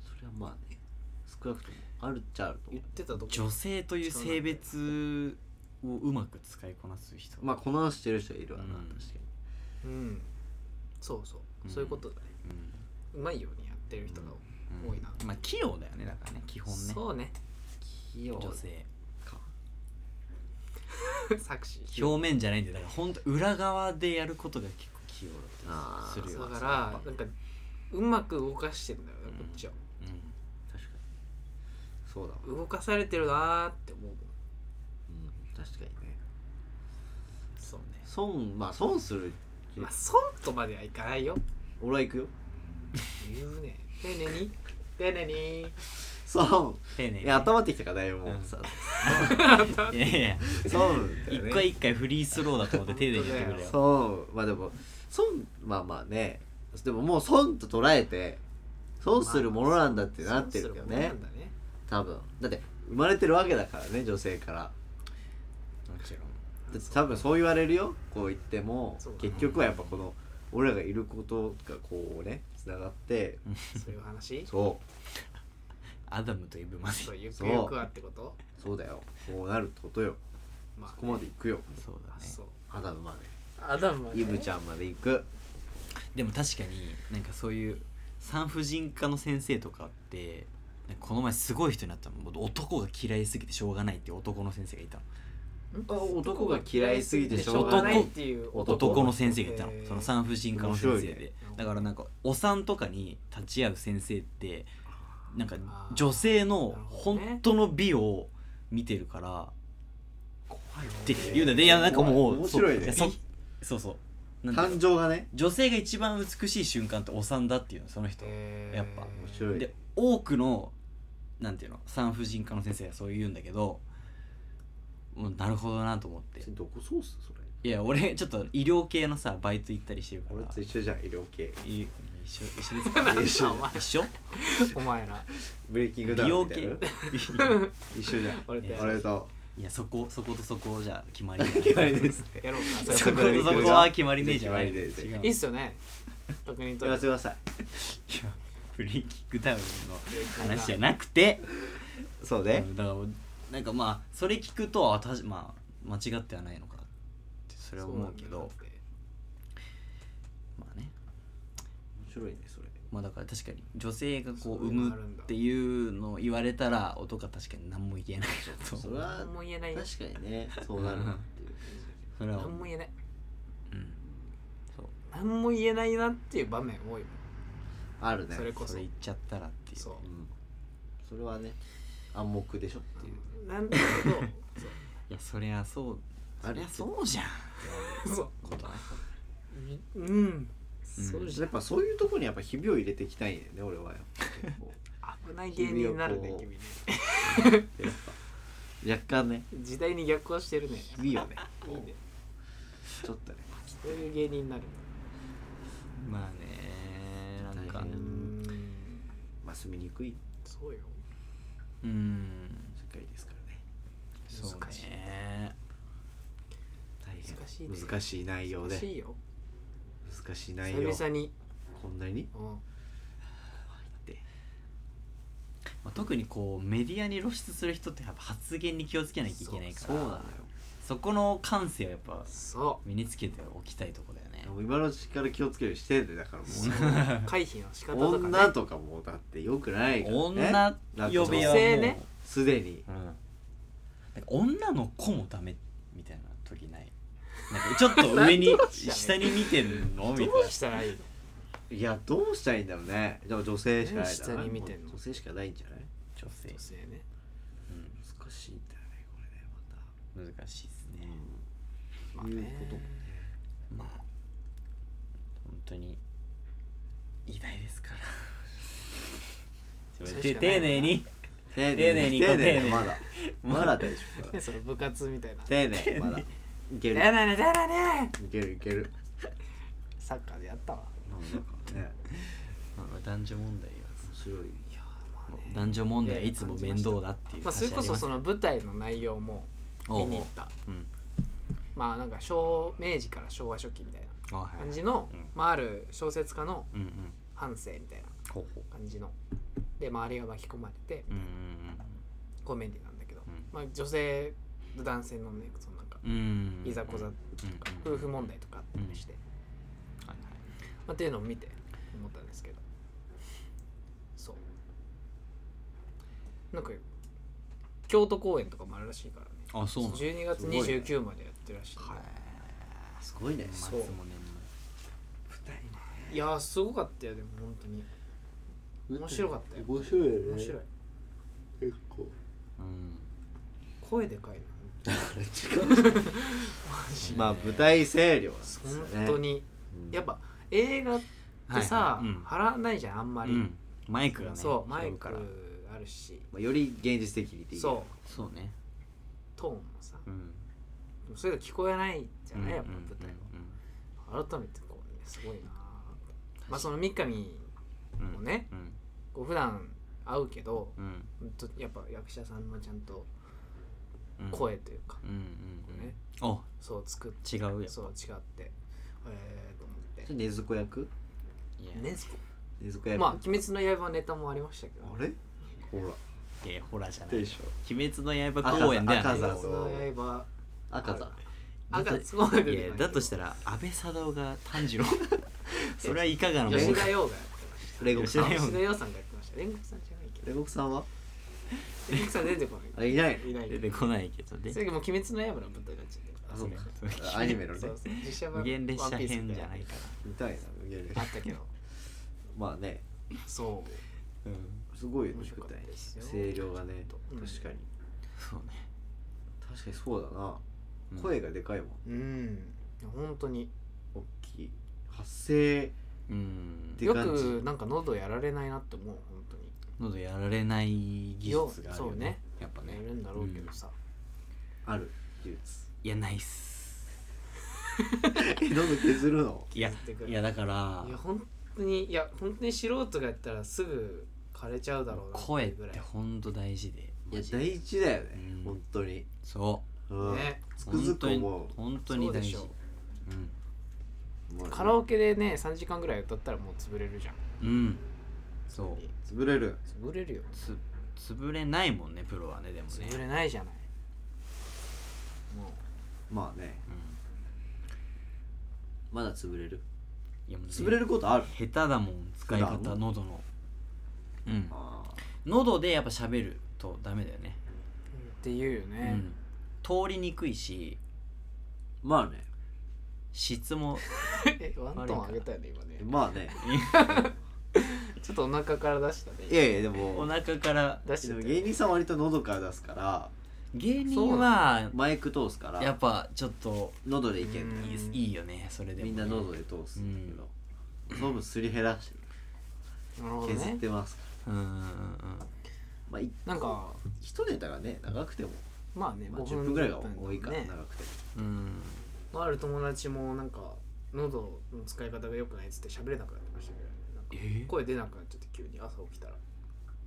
[SPEAKER 1] それはまあね少なくともあるっちゃあると思
[SPEAKER 2] 言
[SPEAKER 1] う
[SPEAKER 2] ってたとこ
[SPEAKER 3] 女性という性別をうまく使いこなす人
[SPEAKER 1] まあこなしてる人はいるわな、
[SPEAKER 3] うん
[SPEAKER 1] 確か
[SPEAKER 2] うんそうそう、
[SPEAKER 3] うん
[SPEAKER 2] そういうことだね
[SPEAKER 3] うん
[SPEAKER 2] うまいようにやってる人が多いな
[SPEAKER 3] うんまあ器用だよねだからね基本ね
[SPEAKER 2] そうね
[SPEAKER 1] に器用
[SPEAKER 3] 女性
[SPEAKER 1] か
[SPEAKER 2] 作詞
[SPEAKER 3] 表面じゃないんだよだから本当裏側でやることが結構器用だ
[SPEAKER 1] あ
[SPEAKER 3] っ
[SPEAKER 1] ー
[SPEAKER 3] たりする
[SPEAKER 2] だ
[SPEAKER 3] よ
[SPEAKER 2] か
[SPEAKER 3] や
[SPEAKER 2] ら
[SPEAKER 3] っぱ
[SPEAKER 2] なんかうまく動かしてんだよね
[SPEAKER 3] う
[SPEAKER 2] こ
[SPEAKER 3] ん
[SPEAKER 2] っちを
[SPEAKER 3] うん
[SPEAKER 1] 確かにそうだわ
[SPEAKER 2] 動かされてるなーって思
[SPEAKER 1] う
[SPEAKER 2] う
[SPEAKER 1] ん確かにね
[SPEAKER 2] そうね
[SPEAKER 1] 損まあ損する
[SPEAKER 2] まあ損とまではいかないよ
[SPEAKER 1] 俺は行くよ
[SPEAKER 2] 言うね丁寧に丁寧に
[SPEAKER 1] そう
[SPEAKER 3] 丁寧に
[SPEAKER 1] いや温まってきたからだよも
[SPEAKER 3] うん
[SPEAKER 1] うさ
[SPEAKER 3] いやいや
[SPEAKER 1] そうだよ
[SPEAKER 3] 一
[SPEAKER 1] ね
[SPEAKER 3] 回一回フリースローだと思って丁寧にやってくれよ
[SPEAKER 1] そうまあでも損まあまあねでももう損と捉えて損するものなんだってなってるけど
[SPEAKER 2] そうす
[SPEAKER 1] ね
[SPEAKER 2] もんなんだね
[SPEAKER 1] 多分だって生まれてるわけだからね女性から
[SPEAKER 3] もちろ
[SPEAKER 1] だって多分そう言われるよこう言っても
[SPEAKER 2] そうだね
[SPEAKER 1] 結局はやっぱこの俺らがいることがこうねつながって
[SPEAKER 2] そういう話
[SPEAKER 1] そ
[SPEAKER 3] んアダムとイブまで
[SPEAKER 2] そ
[SPEAKER 3] そうう
[SPEAKER 2] ゆくゆくはってこと
[SPEAKER 1] うそうだよこうなるってことよ
[SPEAKER 2] まあ
[SPEAKER 1] ここまで行くよ
[SPEAKER 3] だ
[SPEAKER 2] あ
[SPEAKER 3] ね
[SPEAKER 2] そう
[SPEAKER 1] アダムま
[SPEAKER 2] アダムは
[SPEAKER 1] で
[SPEAKER 2] ね
[SPEAKER 1] イブちゃんまで行く
[SPEAKER 3] でも確かになんかそういう産婦人科の先生とかってなんかこの前すごい人になったのもう男が嫌いすぎてしょうがないっていう男の先生がいたの
[SPEAKER 1] あ男が嫌いすぎて
[SPEAKER 3] しょうがない
[SPEAKER 2] っていう
[SPEAKER 1] 男
[SPEAKER 3] 男の先生がいたの
[SPEAKER 2] へー
[SPEAKER 3] その産婦人科の先生
[SPEAKER 1] 面白い
[SPEAKER 3] でだからなんかお産とかに立ち会う先生ってなんか
[SPEAKER 2] あー
[SPEAKER 3] 女性の
[SPEAKER 2] なるほどね
[SPEAKER 3] 本当の美を見てるから
[SPEAKER 1] 怖
[SPEAKER 3] っていうのでいやなんかもう
[SPEAKER 1] 面白い
[SPEAKER 3] そうや
[SPEAKER 1] ね
[SPEAKER 3] そそうそうなんだろう
[SPEAKER 1] 感情がね
[SPEAKER 3] 女性が一番美しい瞬間ってお産だっていうのその人
[SPEAKER 2] へー
[SPEAKER 3] やっぱ
[SPEAKER 1] 面白い
[SPEAKER 3] で多くのなんていうの産婦人科の先生がそう言うんだけどもうなるほどなと思って
[SPEAKER 1] どこソースそれ
[SPEAKER 3] いや俺ちょっと医療系のさバイト行ったりしてるか
[SPEAKER 1] 俺
[SPEAKER 3] ら
[SPEAKER 1] と一緒じゃん医療系
[SPEAKER 3] い一緒一 緒ですか
[SPEAKER 1] 一緒
[SPEAKER 3] 一緒
[SPEAKER 2] お前ら
[SPEAKER 1] ブレイキングダ
[SPEAKER 3] 美
[SPEAKER 1] ウン
[SPEAKER 3] 容
[SPEAKER 1] みたい
[SPEAKER 3] 系
[SPEAKER 1] な一緒じゃん
[SPEAKER 2] 俺と
[SPEAKER 1] 俺と
[SPEAKER 3] いやそこそことそこじゃ決まり
[SPEAKER 1] 決まりですね
[SPEAKER 2] やろうか
[SPEAKER 3] そこ
[SPEAKER 1] そこで行
[SPEAKER 3] とそ
[SPEAKER 1] く
[SPEAKER 3] こは決まりねえじゃない
[SPEAKER 1] 決まりねえぜ
[SPEAKER 3] 違う
[SPEAKER 2] いいっすよね特に
[SPEAKER 1] 言わせてください
[SPEAKER 3] いやフリーキックダウンの話じゃなくて
[SPEAKER 1] そう
[SPEAKER 3] う
[SPEAKER 1] ね
[SPEAKER 3] んだからなんかまあそれ聞くとあたしまあ間違ってはないのかってそれは思うけどまあね
[SPEAKER 1] 面白いねそれ
[SPEAKER 3] まあだから確かに女性がこう
[SPEAKER 2] そういう
[SPEAKER 3] 産
[SPEAKER 2] の
[SPEAKER 3] む
[SPEAKER 2] あるんだ
[SPEAKER 3] っていうのを言われたら男は確かに何も言えないなと
[SPEAKER 1] そ
[SPEAKER 3] 思
[SPEAKER 1] れ
[SPEAKER 3] う
[SPEAKER 1] は
[SPEAKER 2] 何も言えないよ
[SPEAKER 1] 確かにねそうなるなっていう
[SPEAKER 3] それは
[SPEAKER 2] 何も言えない
[SPEAKER 3] うんそう
[SPEAKER 2] 何も言えないなっていう場面多いもん
[SPEAKER 1] あるね
[SPEAKER 2] それこそ
[SPEAKER 3] それ言っちゃったらっていう
[SPEAKER 2] そう
[SPEAKER 1] うんそれはね暗黙でしょっていう
[SPEAKER 2] なんだけ
[SPEAKER 3] いやそりゃそう
[SPEAKER 1] あ
[SPEAKER 3] そ
[SPEAKER 1] れ
[SPEAKER 3] りゃそうじゃん
[SPEAKER 2] どそう
[SPEAKER 3] ことない
[SPEAKER 2] うんそうじ
[SPEAKER 1] やっぱそういうとこにやっぱひびを入れていきたいんだよね俺はやっぱ結構
[SPEAKER 2] ゃ危ない芸人になるね
[SPEAKER 1] 君
[SPEAKER 2] 君ね
[SPEAKER 1] 若干ね
[SPEAKER 2] 時代に逆行してるね
[SPEAKER 1] ひびをね
[SPEAKER 2] いいね
[SPEAKER 1] ちょっとね
[SPEAKER 2] そういう芸人になる
[SPEAKER 3] まあねなん
[SPEAKER 1] 大
[SPEAKER 3] か
[SPEAKER 1] 変
[SPEAKER 2] う
[SPEAKER 1] だ
[SPEAKER 2] ん
[SPEAKER 1] まあ住みにくい
[SPEAKER 2] そうよ
[SPEAKER 3] うん
[SPEAKER 1] 社会ですからね
[SPEAKER 3] そう
[SPEAKER 2] 難しい
[SPEAKER 3] ね大変
[SPEAKER 2] 難しいね
[SPEAKER 1] 難しい内容
[SPEAKER 2] 難
[SPEAKER 1] で
[SPEAKER 2] しいよ
[SPEAKER 1] 難しい内容
[SPEAKER 2] 久々に
[SPEAKER 1] こんなに
[SPEAKER 2] うん
[SPEAKER 3] まあ、特にこうメディアに露出する人ってやっぱ発言に気をつけなきゃいけないか
[SPEAKER 1] そ
[SPEAKER 3] ら
[SPEAKER 1] うなのよ
[SPEAKER 3] そこの感性をやっぱ
[SPEAKER 2] そ
[SPEAKER 3] 身につけておきたいとこだよね
[SPEAKER 1] でも今のうちから気をつけるしてんでだからも
[SPEAKER 2] う
[SPEAKER 1] う
[SPEAKER 2] 回避の仕方とか
[SPEAKER 1] 女
[SPEAKER 2] ね
[SPEAKER 1] とかもだってよくないからね
[SPEAKER 3] 女呼べ
[SPEAKER 2] 女
[SPEAKER 3] よ
[SPEAKER 2] 性ね
[SPEAKER 1] すでに
[SPEAKER 3] もう、うん、なんか女の子もダメみたいな時ないなんかちょっと上 に下に見てんのみたい
[SPEAKER 2] ど
[SPEAKER 3] な
[SPEAKER 2] うしたらいいの
[SPEAKER 1] いやどうしたらいいんだろうねでも女性しかないだろうな
[SPEAKER 2] 何下に見てんの
[SPEAKER 1] 女性しかないんじゃない
[SPEAKER 3] 女性、
[SPEAKER 2] 女性ね
[SPEAKER 1] 難しいんだよねこれねまた
[SPEAKER 3] うん、難しいですね
[SPEAKER 2] まあ
[SPEAKER 1] いう
[SPEAKER 2] ね
[SPEAKER 1] こともね
[SPEAKER 3] まあ本当に偉大ですから
[SPEAKER 2] それし
[SPEAKER 3] 丁
[SPEAKER 2] かないわな
[SPEAKER 3] 寧に
[SPEAKER 1] 丁
[SPEAKER 3] 寧に
[SPEAKER 1] 丁
[SPEAKER 3] 丁寧
[SPEAKER 1] 寧
[SPEAKER 3] に
[SPEAKER 1] まだまだ大丈 夫
[SPEAKER 2] ねその部活みたいな
[SPEAKER 1] 丁寧まだいける
[SPEAKER 2] やだねやだね
[SPEAKER 1] いけるいける
[SPEAKER 2] サッカーでやったわ
[SPEAKER 1] なんかね
[SPEAKER 3] まあ男女問題は
[SPEAKER 1] 面白い
[SPEAKER 3] 男女問題はいつも面倒だっていう
[SPEAKER 2] まあ、それこそそ
[SPEAKER 3] の
[SPEAKER 2] の舞台の内容も見に行った
[SPEAKER 3] うん
[SPEAKER 2] まあなんか昭明治から昭和初期みたい
[SPEAKER 3] あは
[SPEAKER 2] ない感じの、
[SPEAKER 3] うん
[SPEAKER 2] まあ、ある小説家の
[SPEAKER 3] うんうん
[SPEAKER 2] 半生みたいな
[SPEAKER 3] ほうほ
[SPEAKER 2] 感じので周りが巻き込まれて
[SPEAKER 3] ううん
[SPEAKER 2] コメディなんだけど、
[SPEAKER 3] ん
[SPEAKER 2] まあ、女性と男性のねそのなんか
[SPEAKER 3] うんうんうん
[SPEAKER 2] いざこざ
[SPEAKER 3] うんうん
[SPEAKER 2] 夫婦問題とかあったりして、
[SPEAKER 3] はいはい
[SPEAKER 2] まあ、っていうのを見て思ったんですけどそうなんか京都公演とかもあるらしいからね
[SPEAKER 3] あそうなんだ
[SPEAKER 2] 12月
[SPEAKER 1] すごいね
[SPEAKER 2] 29までやってるらしいんで、
[SPEAKER 1] すごいね
[SPEAKER 2] そ
[SPEAKER 3] 松
[SPEAKER 2] う
[SPEAKER 3] も年
[SPEAKER 2] い、やーすごかったよでも本当に面白かったよ
[SPEAKER 1] 面白いよね
[SPEAKER 2] 面白い
[SPEAKER 1] 結構
[SPEAKER 3] もうん
[SPEAKER 2] 声でかいな
[SPEAKER 1] まあ舞台声量なんですよね
[SPEAKER 2] 本当に
[SPEAKER 1] うん
[SPEAKER 2] やっぱ映画ってさ、
[SPEAKER 3] はいはいうん
[SPEAKER 2] 張らないじゃんあんまり、
[SPEAKER 3] うんマイクがね
[SPEAKER 2] そうマイ
[SPEAKER 1] 拾う
[SPEAKER 2] ク
[SPEAKER 1] から
[SPEAKER 2] あるし
[SPEAKER 1] まあ、より現実的にってい
[SPEAKER 2] そう
[SPEAKER 3] そうね
[SPEAKER 2] うトーンもさ
[SPEAKER 3] うん
[SPEAKER 2] でもそれが聞こえないじゃない、やっぱ
[SPEAKER 3] うんうんうん
[SPEAKER 2] 舞台は
[SPEAKER 3] うん
[SPEAKER 2] 改めてこうねすごいなまあその三上
[SPEAKER 3] うん
[SPEAKER 2] もね
[SPEAKER 3] うん
[SPEAKER 2] こう普段会うけど
[SPEAKER 3] うん
[SPEAKER 2] ほんとやっぱ役者さんのちゃんと
[SPEAKER 3] うん
[SPEAKER 2] 声というか、
[SPEAKER 3] うんうんうん
[SPEAKER 2] ね
[SPEAKER 3] あ
[SPEAKER 2] そう作っ
[SPEAKER 3] 違うやん
[SPEAKER 2] てそう違ってえー、と思って
[SPEAKER 1] それ根津子役
[SPEAKER 3] いや
[SPEAKER 2] ね
[SPEAKER 1] 根津子役、
[SPEAKER 2] まあ「鬼滅の刃」ネタもありましたけど
[SPEAKER 1] あれほら
[SPEAKER 3] いやほらじゃない
[SPEAKER 1] でしょ
[SPEAKER 3] 鬼滅の刃公演だよ
[SPEAKER 1] 赤座
[SPEAKER 2] 鬼
[SPEAKER 1] 赤座
[SPEAKER 2] 滅の刃
[SPEAKER 1] 赤座
[SPEAKER 2] 赤
[SPEAKER 3] だ
[SPEAKER 2] 座そうなんだ
[SPEAKER 3] い
[SPEAKER 2] け
[SPEAKER 3] や
[SPEAKER 2] ど
[SPEAKER 3] だとしたら安倍貞夫が 炭治郎それはいかがなも
[SPEAKER 2] 吉
[SPEAKER 3] の
[SPEAKER 2] 田
[SPEAKER 3] か
[SPEAKER 2] 羊がやってま
[SPEAKER 1] 煉獄さん
[SPEAKER 2] した吉
[SPEAKER 3] 吉田
[SPEAKER 2] 田羊さんがやってました煉獄さんじゃないけど
[SPEAKER 1] 煉獄さんは
[SPEAKER 2] 煉獄さん出てこ
[SPEAKER 1] あ
[SPEAKER 2] な
[SPEAKER 1] れ
[SPEAKER 2] い
[SPEAKER 1] いないの
[SPEAKER 2] いない
[SPEAKER 3] 出てこないけどね
[SPEAKER 2] それがもう鬼滅の刃の舞台になっちゃってる
[SPEAKER 1] あそうか
[SPEAKER 3] そう
[SPEAKER 1] アニメのね
[SPEAKER 2] そうそう実写版
[SPEAKER 3] 無限列車編じゃ
[SPEAKER 2] ワン
[SPEAKER 3] な
[SPEAKER 2] ピ
[SPEAKER 3] い
[SPEAKER 2] ースみ
[SPEAKER 3] か
[SPEAKER 1] 見たいな無限列
[SPEAKER 2] た
[SPEAKER 1] 車
[SPEAKER 2] いなあったけど
[SPEAKER 1] まあね
[SPEAKER 2] そう
[SPEAKER 3] らうん
[SPEAKER 1] すごいよ
[SPEAKER 2] 面
[SPEAKER 1] ね
[SPEAKER 2] 白か
[SPEAKER 1] 舞
[SPEAKER 2] った
[SPEAKER 1] 台
[SPEAKER 2] ですよ
[SPEAKER 1] 声量がね
[SPEAKER 2] うん
[SPEAKER 1] 確かに、
[SPEAKER 3] そうね
[SPEAKER 1] 確かにそうだな、
[SPEAKER 3] うん
[SPEAKER 1] 声がでかいもん
[SPEAKER 2] うん本当に
[SPEAKER 1] 大きい発声
[SPEAKER 3] うん
[SPEAKER 1] で
[SPEAKER 2] よ
[SPEAKER 1] 感じ
[SPEAKER 2] くなんか喉やられないなって思う本当に
[SPEAKER 3] 喉やられない技術がある
[SPEAKER 2] そ
[SPEAKER 3] よ
[SPEAKER 2] う
[SPEAKER 3] ね
[SPEAKER 2] ね
[SPEAKER 3] やっぱね
[SPEAKER 2] やるんだろうけどさ
[SPEAKER 1] ある技術
[SPEAKER 3] いやないっす
[SPEAKER 1] えどんどん削るの
[SPEAKER 3] いや
[SPEAKER 2] 削ってくる
[SPEAKER 3] いやだから
[SPEAKER 2] いや本当にいや本当に素人がやったらすぐ枯れちゃうだろうな
[SPEAKER 3] 声っ
[SPEAKER 2] ぐら
[SPEAKER 3] て
[SPEAKER 2] い
[SPEAKER 3] ほんと大事で
[SPEAKER 1] いや大事だよね、
[SPEAKER 3] うん
[SPEAKER 1] 本当に、
[SPEAKER 3] そ
[SPEAKER 1] うん
[SPEAKER 2] ね
[SPEAKER 1] つ
[SPEAKER 3] う
[SPEAKER 1] くづく思う
[SPEAKER 3] 本当に
[SPEAKER 2] そう
[SPEAKER 3] 大
[SPEAKER 2] で
[SPEAKER 3] 事
[SPEAKER 2] しょ
[SPEAKER 1] もう
[SPEAKER 2] カラオケでね3時間ぐらい歌ったらもう潰れるじゃん
[SPEAKER 3] うん、うん、そう
[SPEAKER 1] 潰れる
[SPEAKER 2] 潰れるよ
[SPEAKER 3] つ潰れないもんねプロはねでもね
[SPEAKER 2] 潰れないじゃないも
[SPEAKER 1] まあね
[SPEAKER 3] う
[SPEAKER 1] まだ潰れる
[SPEAKER 3] んいやもう
[SPEAKER 1] 潰れることある
[SPEAKER 3] 下手だもん使い方
[SPEAKER 1] 普段
[SPEAKER 3] 喉のうん
[SPEAKER 1] ああ
[SPEAKER 3] 喉でやっぱ喋るとダメだよね、
[SPEAKER 2] うっていうよ
[SPEAKER 3] う
[SPEAKER 2] ね、
[SPEAKER 3] ん、通りにくいし
[SPEAKER 1] まあね
[SPEAKER 3] 質も
[SPEAKER 2] えワントーン上げたよね今
[SPEAKER 1] まあ
[SPEAKER 2] ね
[SPEAKER 1] ね
[SPEAKER 2] ちょっとお腹から出したね
[SPEAKER 1] いやいやで も
[SPEAKER 3] お腹から
[SPEAKER 2] 出し
[SPEAKER 1] で
[SPEAKER 2] て
[SPEAKER 1] も
[SPEAKER 2] た
[SPEAKER 1] 芸人さん割と喉から出すから
[SPEAKER 3] 芸人は
[SPEAKER 1] マイク通すから
[SPEAKER 3] やっぱちょっと
[SPEAKER 1] 喉でいけんだよ
[SPEAKER 2] うん
[SPEAKER 3] いいですいいよねそれでも
[SPEAKER 1] み
[SPEAKER 3] ね、
[SPEAKER 1] んな喉で通すんだけど、その分すり減らしてる
[SPEAKER 2] なるほど
[SPEAKER 1] 削っ
[SPEAKER 2] ね
[SPEAKER 1] てますから、
[SPEAKER 3] うんうんうん
[SPEAKER 1] まあい
[SPEAKER 2] なんか
[SPEAKER 1] 一ネタがね長くても、
[SPEAKER 2] まあね、
[SPEAKER 1] まあ、
[SPEAKER 2] 5
[SPEAKER 1] 10分ぐらいが多いから長くても
[SPEAKER 3] うんうん
[SPEAKER 2] ある友達もなんか喉の使い方が良くないっつって喋れなくなってましたけど、ね、なんか
[SPEAKER 3] えー
[SPEAKER 2] 声出なくなっちゃって急に朝起きたら、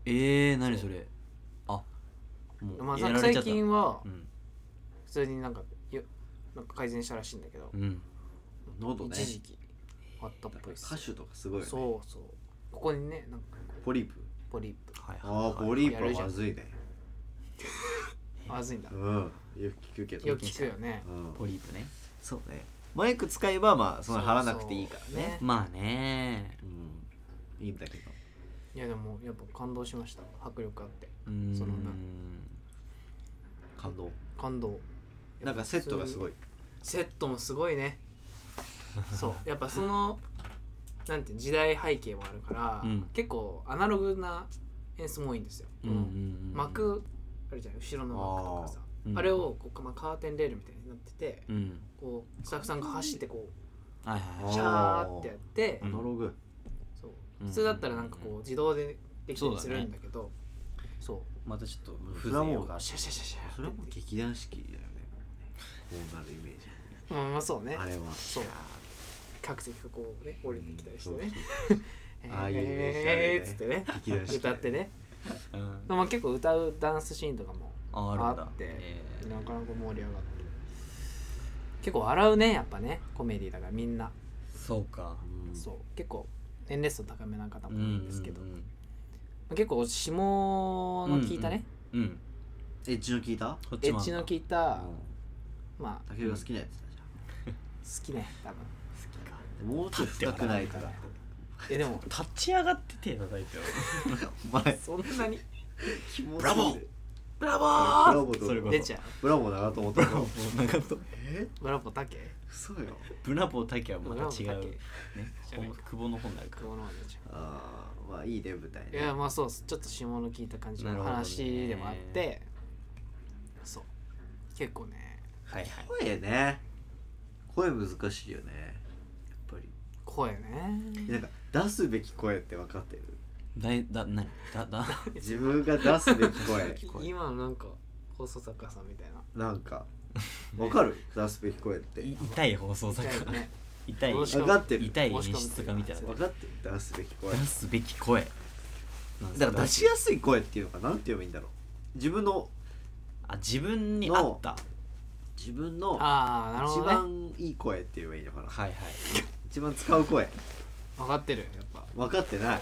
[SPEAKER 3] えー、何それあも
[SPEAKER 2] まあ、
[SPEAKER 3] うや
[SPEAKER 2] さ
[SPEAKER 3] られち
[SPEAKER 2] 最
[SPEAKER 3] ゃったうん
[SPEAKER 2] 近は
[SPEAKER 3] うん
[SPEAKER 2] 普通になんかよなんか改善したらしいんだけど、
[SPEAKER 3] うん
[SPEAKER 1] 喉ね
[SPEAKER 2] 一時期あったっ
[SPEAKER 1] やっぱ
[SPEAKER 2] ぽい
[SPEAKER 1] り
[SPEAKER 2] っす
[SPEAKER 1] 歌手とかすごいよね
[SPEAKER 2] そうそうここにねなんか
[SPEAKER 1] ポリープ
[SPEAKER 2] ポリープ
[SPEAKER 3] はいはい
[SPEAKER 1] ああ
[SPEAKER 3] はい
[SPEAKER 1] ポリープはまずいね
[SPEAKER 2] まずいんだ
[SPEAKER 1] うんよく聞くけど
[SPEAKER 2] よく聞くよね
[SPEAKER 1] うん
[SPEAKER 3] ポリープね
[SPEAKER 1] そうねマイク使えばまあその張らなくていいから
[SPEAKER 2] そうそうね
[SPEAKER 3] まあね
[SPEAKER 1] うんいいんだけど
[SPEAKER 2] いやでもやっぱ感動しました迫力あって
[SPEAKER 3] うん
[SPEAKER 2] その分
[SPEAKER 1] 感動
[SPEAKER 2] 感動
[SPEAKER 1] なんかセットがすごい
[SPEAKER 2] セットもすごいねそうやっぱそのなんて時代背景もあるから、
[SPEAKER 3] うん
[SPEAKER 2] 結構アナログな演出も多いんですよ、
[SPEAKER 3] うんうんうん
[SPEAKER 2] 幕あるじゃん後ろの幕とかさ
[SPEAKER 3] あー
[SPEAKER 2] あ,、
[SPEAKER 3] うん
[SPEAKER 2] れをこう、まあ、カーテンレールみたいになってて、
[SPEAKER 3] うん
[SPEAKER 2] こうスタッフさんが走ってこ
[SPEAKER 3] はいはいは
[SPEAKER 2] う
[SPEAKER 1] あー
[SPEAKER 2] シャーってやって
[SPEAKER 1] アナログ
[SPEAKER 2] そう
[SPEAKER 3] うん
[SPEAKER 2] 普通だったらなんかこう自動でできたりするんだけどそう,、
[SPEAKER 3] いまたちょっと
[SPEAKER 1] それはもう
[SPEAKER 2] シャシャシャシャ
[SPEAKER 1] それはもう
[SPEAKER 2] って
[SPEAKER 1] 劇団四季だよねこうなるイメージ
[SPEAKER 2] うんまあそうね
[SPEAKER 1] あ れは
[SPEAKER 2] そう客席がこうね降りてきたりして
[SPEAKER 1] うん
[SPEAKER 2] ね
[SPEAKER 1] そう
[SPEAKER 2] え
[SPEAKER 1] ああいうイメージあるよね
[SPEAKER 2] えーっつってね
[SPEAKER 1] 劇団四季
[SPEAKER 2] 歌ってね
[SPEAKER 3] うん
[SPEAKER 2] まあ結構歌うダンスシーンとかも
[SPEAKER 3] ああるんだ
[SPEAKER 2] あって
[SPEAKER 3] え
[SPEAKER 2] なかなか盛り上がって結構笑うねやっぱねコメディだからみんな
[SPEAKER 3] ーそうか
[SPEAKER 1] うん
[SPEAKER 2] そう結構年齢層高めな方
[SPEAKER 3] う
[SPEAKER 2] も多いんですけど、
[SPEAKER 3] う
[SPEAKER 2] ま
[SPEAKER 3] ん
[SPEAKER 2] あ結構下の聞いたね、
[SPEAKER 3] うんうん
[SPEAKER 1] エッジの聞いた
[SPEAKER 3] こっ
[SPEAKER 2] エ
[SPEAKER 3] ちも
[SPEAKER 2] ッ
[SPEAKER 3] あん
[SPEAKER 2] ジ
[SPEAKER 3] だ
[SPEAKER 2] の
[SPEAKER 3] 好
[SPEAKER 2] 聞いた、
[SPEAKER 1] うん
[SPEAKER 2] まあ
[SPEAKER 1] 竹雄が好きなやつだじ
[SPEAKER 2] 好きね多分
[SPEAKER 3] きか
[SPEAKER 1] ゃんもうちょっと深くないから
[SPEAKER 2] えでも
[SPEAKER 3] 立ち上がって手叩いてよ
[SPEAKER 1] お前
[SPEAKER 2] そん なに
[SPEAKER 1] 気持ちいい
[SPEAKER 3] ブラボーブラボ
[SPEAKER 1] ーブラボーと
[SPEAKER 3] それこそ
[SPEAKER 2] 出ちゃう
[SPEAKER 1] ブラボーだなと思っ
[SPEAKER 3] ブ
[SPEAKER 1] た
[SPEAKER 3] ラ
[SPEAKER 1] け
[SPEAKER 3] ボ
[SPEAKER 1] ど
[SPEAKER 3] ー長友
[SPEAKER 1] え
[SPEAKER 2] ブラボータケ
[SPEAKER 1] 嘘よ
[SPEAKER 3] ブラボー竹は
[SPEAKER 2] ブ
[SPEAKER 3] また
[SPEAKER 2] ラボ
[SPEAKER 3] 違
[SPEAKER 2] ータケ
[SPEAKER 3] うね久保の本になるか
[SPEAKER 2] 久保の方に出ちゃ
[SPEAKER 1] ああまあいいね舞台
[SPEAKER 2] うい
[SPEAKER 1] ね
[SPEAKER 2] やまあそうっすちょっと下の聞いた感じ
[SPEAKER 3] なる
[SPEAKER 2] の
[SPEAKER 3] ほどね
[SPEAKER 2] 話でもあってそう結構ね
[SPEAKER 3] はいはい
[SPEAKER 1] 声ね声難しいよねやっぱり
[SPEAKER 2] 声ね
[SPEAKER 1] なんか出すべき声って分かってる
[SPEAKER 3] だいだなだだ
[SPEAKER 1] 自分が出すべき 声
[SPEAKER 3] 聞こえる
[SPEAKER 2] 今なんか放送作家さんみたいな
[SPEAKER 1] なんか分かる出すべき声って
[SPEAKER 3] い痛い放送作家
[SPEAKER 2] 痛いね
[SPEAKER 3] 痛い
[SPEAKER 2] もし
[SPEAKER 1] 分かってる
[SPEAKER 3] 痛い演出家みたい
[SPEAKER 1] 分
[SPEAKER 3] な
[SPEAKER 1] かってる出すべき声
[SPEAKER 3] 出すべき声
[SPEAKER 1] だから出しやすい声っていうのかなんて言えばいいんだろう自分の
[SPEAKER 3] あ自分に合った
[SPEAKER 1] 自分の
[SPEAKER 2] ああなるほ
[SPEAKER 1] 一
[SPEAKER 2] どね
[SPEAKER 1] 番いい声って言えばいいのかな
[SPEAKER 3] はいはい
[SPEAKER 1] 一番使う声
[SPEAKER 2] 分かってるやっぱ
[SPEAKER 1] 分かってない、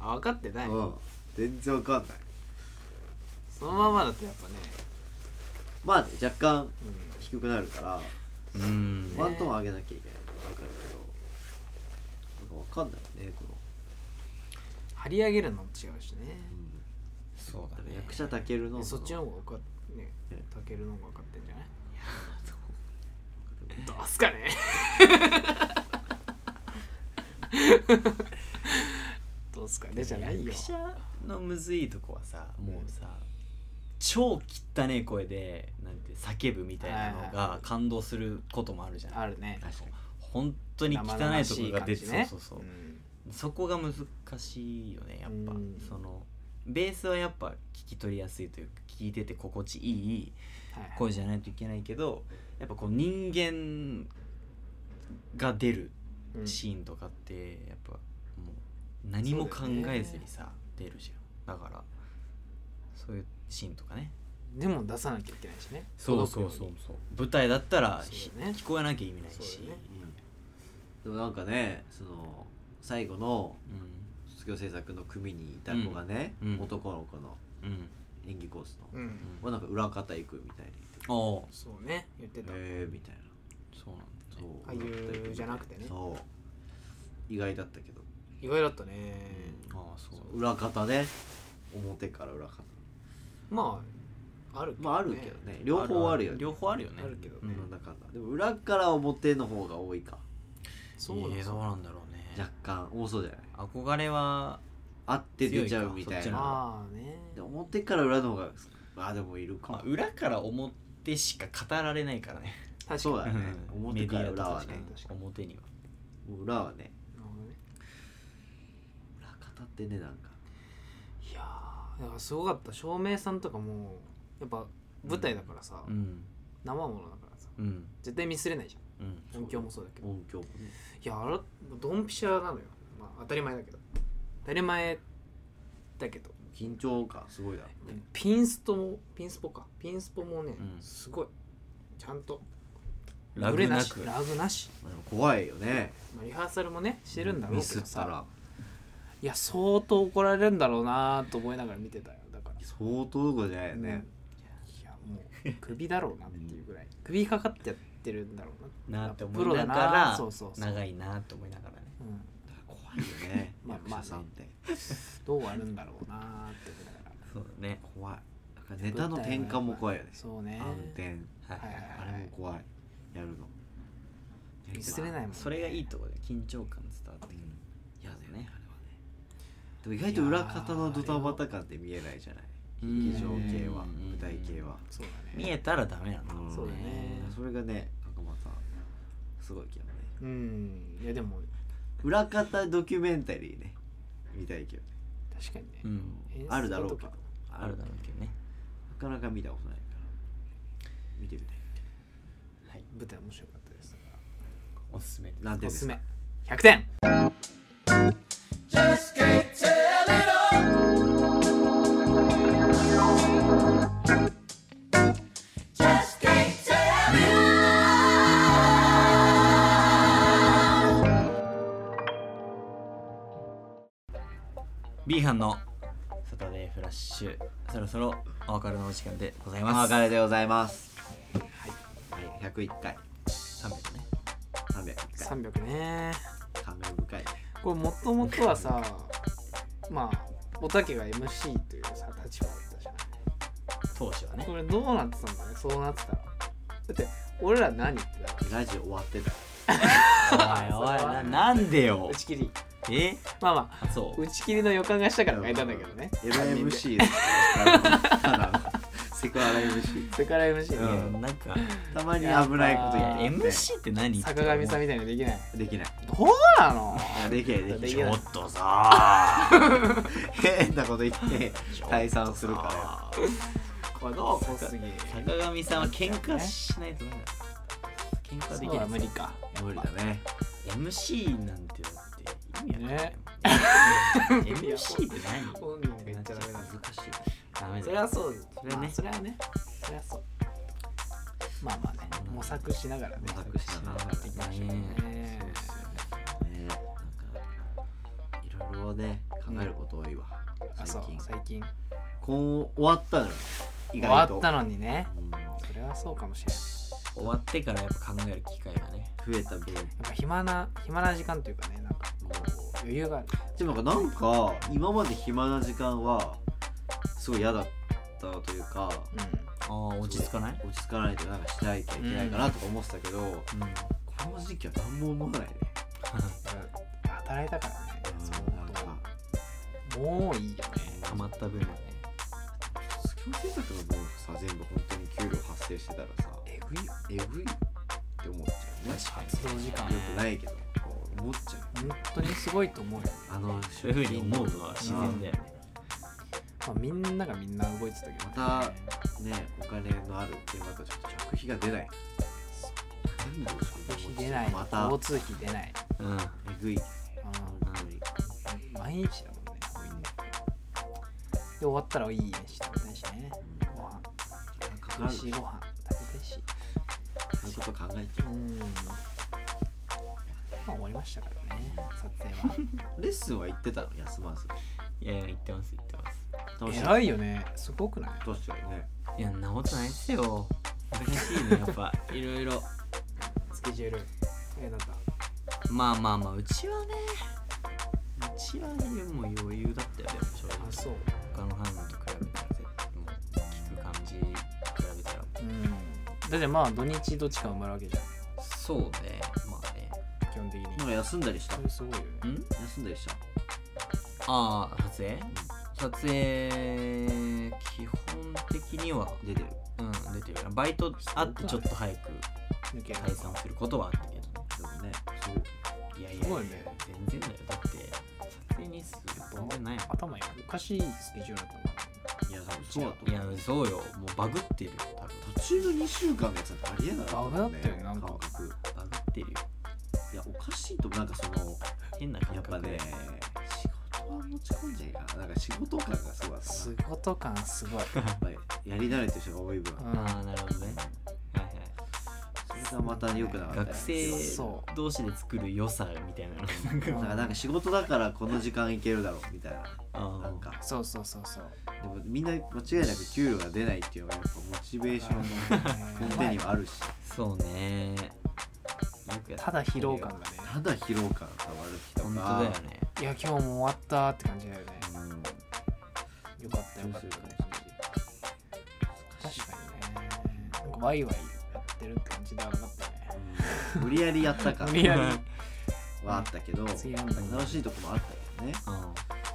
[SPEAKER 2] あ分かってない
[SPEAKER 1] うん全然分かんない
[SPEAKER 2] そのままだとやっぱね
[SPEAKER 1] まあね若干
[SPEAKER 2] うん
[SPEAKER 1] 低くなるから
[SPEAKER 3] うーん
[SPEAKER 1] ワントーン上げなきゃいけない分かるけどなんか分かんないねこの、
[SPEAKER 2] 張り上げるのも違うしね
[SPEAKER 3] そうだね
[SPEAKER 1] 役者たけるの
[SPEAKER 2] そっちの
[SPEAKER 1] の
[SPEAKER 2] 方が分かっね
[SPEAKER 1] え
[SPEAKER 2] たけるの方が分かってんじゃないどうすかねどうすかねじゃないよ
[SPEAKER 3] 役者のむずいとこはさもうさ、超汚ねえ声でなんて叫ぶみたいなの
[SPEAKER 2] はい
[SPEAKER 3] が感動することもあるじゃない
[SPEAKER 2] あるね
[SPEAKER 1] 確かに
[SPEAKER 3] 本当に汚いところが出て、
[SPEAKER 2] 生々しい感じね
[SPEAKER 3] そうそうそう、
[SPEAKER 2] ん
[SPEAKER 3] そこが難しいよねやっぱ、
[SPEAKER 2] うん
[SPEAKER 3] そのベースはやっぱ聞き取りやすいというか聞いてて心地いい
[SPEAKER 2] はいはい
[SPEAKER 3] 声じゃないといけないけどやっぱこう人間が出る
[SPEAKER 2] うん
[SPEAKER 3] シーンとかってやっぱもう何も考えずにさ、出るじゃんだからそういうシーンとかね
[SPEAKER 2] でも出さなきゃいけないしね届くよ
[SPEAKER 3] そう舞台だったら、
[SPEAKER 2] そうだね
[SPEAKER 3] 聞こえなきゃ意味ないし
[SPEAKER 2] そうだね
[SPEAKER 1] でもなんかねその最後の
[SPEAKER 3] う
[SPEAKER 1] 卒業制作の組にいた子がね、
[SPEAKER 3] うんうん
[SPEAKER 1] 男の子の
[SPEAKER 3] んうん
[SPEAKER 1] 演技コースの、
[SPEAKER 2] うにうん
[SPEAKER 1] はなんか裏方行くみたいに
[SPEAKER 3] おお
[SPEAKER 2] そうね言ってた、
[SPEAKER 1] えー、みたいな
[SPEAKER 3] そうなんだ
[SPEAKER 1] そう
[SPEAKER 2] 俳優じゃなくてね
[SPEAKER 1] そう意外だったけど、
[SPEAKER 2] 意外だったね、
[SPEAKER 3] ああそう
[SPEAKER 1] 裏方ね表から裏方
[SPEAKER 2] まああるけどね
[SPEAKER 1] まああるけどね両方あるよね
[SPEAKER 3] 両方あるよね
[SPEAKER 2] あるけど
[SPEAKER 3] う
[SPEAKER 2] ね
[SPEAKER 3] ん
[SPEAKER 1] なんだかんだでも裏から表の方が多いか
[SPEAKER 2] そうなん
[SPEAKER 3] え
[SPEAKER 2] で
[SPEAKER 3] ー
[SPEAKER 2] す
[SPEAKER 3] どう
[SPEAKER 2] よ
[SPEAKER 3] なんだろうね
[SPEAKER 1] 若干多そうじゃない
[SPEAKER 3] 憧れは
[SPEAKER 1] あって出ちゃうみたい
[SPEAKER 3] 強いかそっちの方
[SPEAKER 1] な
[SPEAKER 3] が
[SPEAKER 2] まあね
[SPEAKER 1] で表から裏の方がまあでもいるか、
[SPEAKER 3] まあ裏から表しか語られないからね
[SPEAKER 2] 確か
[SPEAKER 1] そう
[SPEAKER 2] に
[SPEAKER 1] だよね
[SPEAKER 3] うん
[SPEAKER 1] 表から裏は
[SPEAKER 3] メディア
[SPEAKER 1] ね
[SPEAKER 3] と確かに表には
[SPEAKER 1] もう裏はね
[SPEAKER 2] なるほどね
[SPEAKER 1] 裏方ってねなんか
[SPEAKER 2] いやーだからすごかった照明さんとかもやっぱ舞台だからさ、
[SPEAKER 3] うん
[SPEAKER 2] 生ものだからさ
[SPEAKER 3] うん
[SPEAKER 2] 絶対ミスれないじ
[SPEAKER 3] うん
[SPEAKER 2] ゃん音響もそうだけど
[SPEAKER 1] 音響もね
[SPEAKER 2] いやあらドンピシャなのよ、まあ、当たり前だけど当たり前だけど
[SPEAKER 1] 緊張感すごいだろうね
[SPEAKER 2] ピンストもピンスポかピンスポもね、
[SPEAKER 3] うん
[SPEAKER 2] すごいちゃんと
[SPEAKER 3] ラ
[SPEAKER 2] ブ
[SPEAKER 3] グ
[SPEAKER 2] レな
[SPEAKER 3] な
[SPEAKER 2] し
[SPEAKER 3] く
[SPEAKER 2] ラグなし、
[SPEAKER 1] まあでも怖いよね
[SPEAKER 2] まあ、リハーサルもねしてるんだろう
[SPEAKER 1] ミ
[SPEAKER 2] け
[SPEAKER 1] ス
[SPEAKER 2] ど
[SPEAKER 1] った
[SPEAKER 2] さ
[SPEAKER 1] ら
[SPEAKER 2] いや相当怒られるんだろうなと思いながら見てたよだから
[SPEAKER 1] 相当どころじゃないよね、
[SPEAKER 2] いやもう首だろうなっていうぐらい首かかってやってるんだろうな
[SPEAKER 3] なあって思
[SPEAKER 2] プロ
[SPEAKER 3] い
[SPEAKER 2] だ
[SPEAKER 3] なが
[SPEAKER 2] な
[SPEAKER 3] ら
[SPEAKER 2] そうそうそう、
[SPEAKER 3] 長いなって思いながらね
[SPEAKER 2] うん、
[SPEAKER 1] 怖いよね
[SPEAKER 2] まあ
[SPEAKER 1] 役者さんって、
[SPEAKER 2] どうあるんだろうなって思いながら
[SPEAKER 3] そうだね
[SPEAKER 1] 怖いだからネタの転換も怖いよね
[SPEAKER 2] そうね
[SPEAKER 1] 暗転
[SPEAKER 3] はい
[SPEAKER 2] はいはい
[SPEAKER 1] あれも怖いやるの
[SPEAKER 2] ミスれないもん、ね、
[SPEAKER 3] それがいいとこで緊張感伝わってくる
[SPEAKER 1] いやだよ
[SPEAKER 3] ね
[SPEAKER 1] ねあれはねでも意外と裏方のドタバタ感って見えないじゃない
[SPEAKER 3] うん
[SPEAKER 1] 劇場系は
[SPEAKER 3] うん
[SPEAKER 1] 舞台系は
[SPEAKER 2] そうだね
[SPEAKER 3] 見えたらダメなの
[SPEAKER 1] ん
[SPEAKER 2] そうだね
[SPEAKER 1] それがねなんかまたすごいけどね
[SPEAKER 2] うんいやでも
[SPEAKER 1] 裏方ドキュメンタリーね見たいけどね
[SPEAKER 2] 確かにね、
[SPEAKER 3] うん
[SPEAKER 2] 演出
[SPEAKER 1] あるだろう
[SPEAKER 2] と
[SPEAKER 1] か
[SPEAKER 2] か
[SPEAKER 3] あるだろうけどね
[SPEAKER 1] なかなか見たことないから見てみたい
[SPEAKER 2] 舞台面白かったです
[SPEAKER 3] おすすめ
[SPEAKER 1] なんて
[SPEAKER 2] お
[SPEAKER 1] ですす
[SPEAKER 2] す
[SPEAKER 1] か
[SPEAKER 2] め100点
[SPEAKER 3] ビーハンのサタデーフラッシュそろそろお別れのお時間でございま
[SPEAKER 1] お
[SPEAKER 3] す
[SPEAKER 1] 別れでございますはい、はい、101回
[SPEAKER 3] 3秒ね
[SPEAKER 1] 301回
[SPEAKER 2] 300ね
[SPEAKER 1] 感慨深い
[SPEAKER 2] これもともとはさまあおたけが MC というさ立場だったじゃない
[SPEAKER 3] 当初はね
[SPEAKER 2] これどうなってたんだねそうなってたらだって俺ら何言ってた
[SPEAKER 1] ラジオ終わってた
[SPEAKER 3] おいおいななんでよ
[SPEAKER 2] 打ち切り
[SPEAKER 3] え
[SPEAKER 2] まあま
[SPEAKER 3] あそ
[SPEAKER 2] あ
[SPEAKER 3] う
[SPEAKER 2] 打ち切りの予感がしたから書いたんだけどね
[SPEAKER 1] LMC ですからただセクハラ MC
[SPEAKER 2] セクハラ MC
[SPEAKER 1] う
[SPEAKER 2] ね、
[SPEAKER 1] ん
[SPEAKER 3] なんか
[SPEAKER 1] たまに危ないこと
[SPEAKER 3] い
[SPEAKER 1] 言
[SPEAKER 3] や
[SPEAKER 1] って
[SPEAKER 3] MC って何
[SPEAKER 2] 坂上さんみたいにできない
[SPEAKER 1] できない
[SPEAKER 2] どうなの
[SPEAKER 1] あできないできない
[SPEAKER 3] ちょっと さ
[SPEAKER 1] 変なこと言って退散するから
[SPEAKER 2] これどう小杉
[SPEAKER 3] 坂上さんは喧嘩しないとなんだ喧嘩で
[SPEAKER 2] そ
[SPEAKER 3] き
[SPEAKER 2] う
[SPEAKER 3] な
[SPEAKER 2] はい無理か
[SPEAKER 1] ら無理だね
[SPEAKER 3] MC なんてだって意味わ
[SPEAKER 2] ね
[SPEAKER 3] かんないもん MC って何
[SPEAKER 2] 本人も言っちゃダメなんだ
[SPEAKER 3] 難しいダメだ
[SPEAKER 2] それはそうです
[SPEAKER 3] それはね
[SPEAKER 2] まあそれはねそれはそうまあまあね模索しながらね
[SPEAKER 3] 模索しながら
[SPEAKER 2] やっていきましょうね
[SPEAKER 3] そうですよね
[SPEAKER 1] ねなんかいろいろね考えること多いわ
[SPEAKER 2] あそう
[SPEAKER 1] 最近
[SPEAKER 2] 最近
[SPEAKER 1] こう終わったのよ意
[SPEAKER 2] 終
[SPEAKER 1] 外
[SPEAKER 2] わ
[SPEAKER 1] と
[SPEAKER 2] ったのにね
[SPEAKER 1] うん
[SPEAKER 2] それはそうかもしれない
[SPEAKER 3] 終わってからやっぱ考える機会がね
[SPEAKER 1] 増えた分
[SPEAKER 2] やっぱ暇な暇な時間というかねなんかこう余裕がある
[SPEAKER 1] でもなんか今まで暇な時間はすごい嫌だったというか
[SPEAKER 2] う
[SPEAKER 3] ああ落ち着かない
[SPEAKER 1] 落ち着かないとなんかしないきゃいけないかなとか思ってたけど、
[SPEAKER 3] うん
[SPEAKER 1] この時期は何も思わないね、
[SPEAKER 2] ん働いたからね
[SPEAKER 1] なん
[SPEAKER 2] 相
[SPEAKER 1] か
[SPEAKER 2] 当もういいよね
[SPEAKER 3] 溜まった分もね
[SPEAKER 1] スキル制作の分さ全部本当に給料発生してたらさ
[SPEAKER 2] えぐいよ
[SPEAKER 1] えぐいって思っちゃうね
[SPEAKER 3] かに
[SPEAKER 2] 活動時間
[SPEAKER 1] よくないけどこう思っちゃう
[SPEAKER 2] 本当にすごいと思うよ、
[SPEAKER 1] あの
[SPEAKER 3] そういうふうに思うのは自然だよね
[SPEAKER 2] まあ、みんながみんな動いてたけど、ね、
[SPEAKER 1] まねお金のある現場とちょっと食費が出ない何だろう
[SPEAKER 2] 食費出ない
[SPEAKER 1] また
[SPEAKER 2] 交通費出ない、
[SPEAKER 3] うん
[SPEAKER 1] えぐい
[SPEAKER 2] うん
[SPEAKER 1] 本当に
[SPEAKER 2] 毎日だもんね多いねで終わったらいいね食べたいしねご飯
[SPEAKER 1] か
[SPEAKER 2] 美味しいご飯食べたいし
[SPEAKER 1] そういうこと考えて
[SPEAKER 2] うんまあ終わりましたからね撮影は
[SPEAKER 1] レッスンは行ってたの休まず
[SPEAKER 3] いやいや言ってます言ってます
[SPEAKER 1] 楽しい
[SPEAKER 2] 偉いよねすごくない
[SPEAKER 1] 確かにね
[SPEAKER 3] いやんなことないっすよ難しいねやっぱ いろいろ
[SPEAKER 2] スケジュールえなんだ
[SPEAKER 3] まあまあまあうちはねうちはねもう余裕だったよでも正
[SPEAKER 2] あ
[SPEAKER 3] 直
[SPEAKER 2] そう
[SPEAKER 3] 他の班と比べたら絶対もう聞く感じ比べたら
[SPEAKER 2] うんだってまあ土日どっちか埋まるわけじゃ
[SPEAKER 3] そうねまあね
[SPEAKER 2] ん基本的に
[SPEAKER 1] なんか休んだりした
[SPEAKER 2] それすごいよね
[SPEAKER 3] ん
[SPEAKER 1] 休んだりした
[SPEAKER 3] ああ撮影撮影基本的には
[SPEAKER 1] 出てる
[SPEAKER 3] うん出てるよなバイトあってちょっと早く
[SPEAKER 2] 抜ける
[SPEAKER 3] 解散することはあったけどね
[SPEAKER 1] でもねそう
[SPEAKER 3] いやいや
[SPEAKER 2] すごいね
[SPEAKER 3] 全然だよだって撮影日数全然ないもん
[SPEAKER 2] 頭いいおかしいスケジュールだったのか
[SPEAKER 1] いや多分そうだと
[SPEAKER 3] い
[SPEAKER 1] 思う
[SPEAKER 3] やそうよもうバグってるよ多分
[SPEAKER 1] 途中の2週間のやつなんてありえなかったもん
[SPEAKER 2] バグだったよねなんか
[SPEAKER 1] 感覚
[SPEAKER 3] バグってるよ
[SPEAKER 1] いやおかしいと思うなんかその
[SPEAKER 3] 変な感
[SPEAKER 1] やっぱ
[SPEAKER 3] 覚で
[SPEAKER 1] ね仕事は持ち込んじゃいかななんか仕事感がすごいあった
[SPEAKER 2] な
[SPEAKER 1] な
[SPEAKER 2] 仕事感す ごい、
[SPEAKER 1] やっぱりやり慣れてる人が多い分
[SPEAKER 2] う
[SPEAKER 3] あ
[SPEAKER 2] ん、
[SPEAKER 3] あなるほどねはいはい
[SPEAKER 1] それがまた良くなかった
[SPEAKER 3] 学生
[SPEAKER 2] そ
[SPEAKER 3] 同士で作る良さみたいなのなんか
[SPEAKER 1] なんかなんか仕事だからこの時間いけるだろうみたいな
[SPEAKER 3] あ
[SPEAKER 1] なんか
[SPEAKER 2] そうそうそうそう
[SPEAKER 1] でもみんな間違いなく給料が出ないっていうのがやっぱモチベーションの根底にはあるし
[SPEAKER 3] そうねよくやった
[SPEAKER 2] ただ疲労感がね
[SPEAKER 1] ただ疲労感が悪い人
[SPEAKER 3] 本当
[SPEAKER 1] が
[SPEAKER 3] だよね
[SPEAKER 2] いや今日も終わったって感じだよね
[SPEAKER 1] うん
[SPEAKER 2] よかったよかった確かにねなんかワイワイやってるって感じではなかったね
[SPEAKER 1] うん無理やりやったか
[SPEAKER 2] 無理やり
[SPEAKER 1] はあったけど
[SPEAKER 2] 次やんだけど
[SPEAKER 1] 楽しいとこもあったけどね
[SPEAKER 3] うん
[SPEAKER 2] い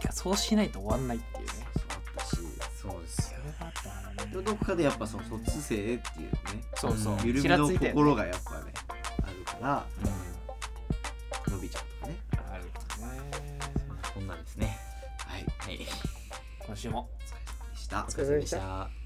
[SPEAKER 2] やそうしないと終わんないっていうね
[SPEAKER 1] そうあったしそうです
[SPEAKER 2] それがあったからね
[SPEAKER 1] どこかでやっぱその卒生っていうね
[SPEAKER 2] そうそう、
[SPEAKER 3] うん
[SPEAKER 1] 緩
[SPEAKER 2] ち
[SPEAKER 1] み
[SPEAKER 2] ら
[SPEAKER 1] の
[SPEAKER 2] ついて
[SPEAKER 1] 心がやっぱねあるから
[SPEAKER 3] うん
[SPEAKER 1] 伸びちゃうとかね
[SPEAKER 2] あるね
[SPEAKER 3] こんなですね
[SPEAKER 1] はい
[SPEAKER 3] はい
[SPEAKER 2] 今週も
[SPEAKER 1] でした
[SPEAKER 2] お疲れ様でした
[SPEAKER 3] た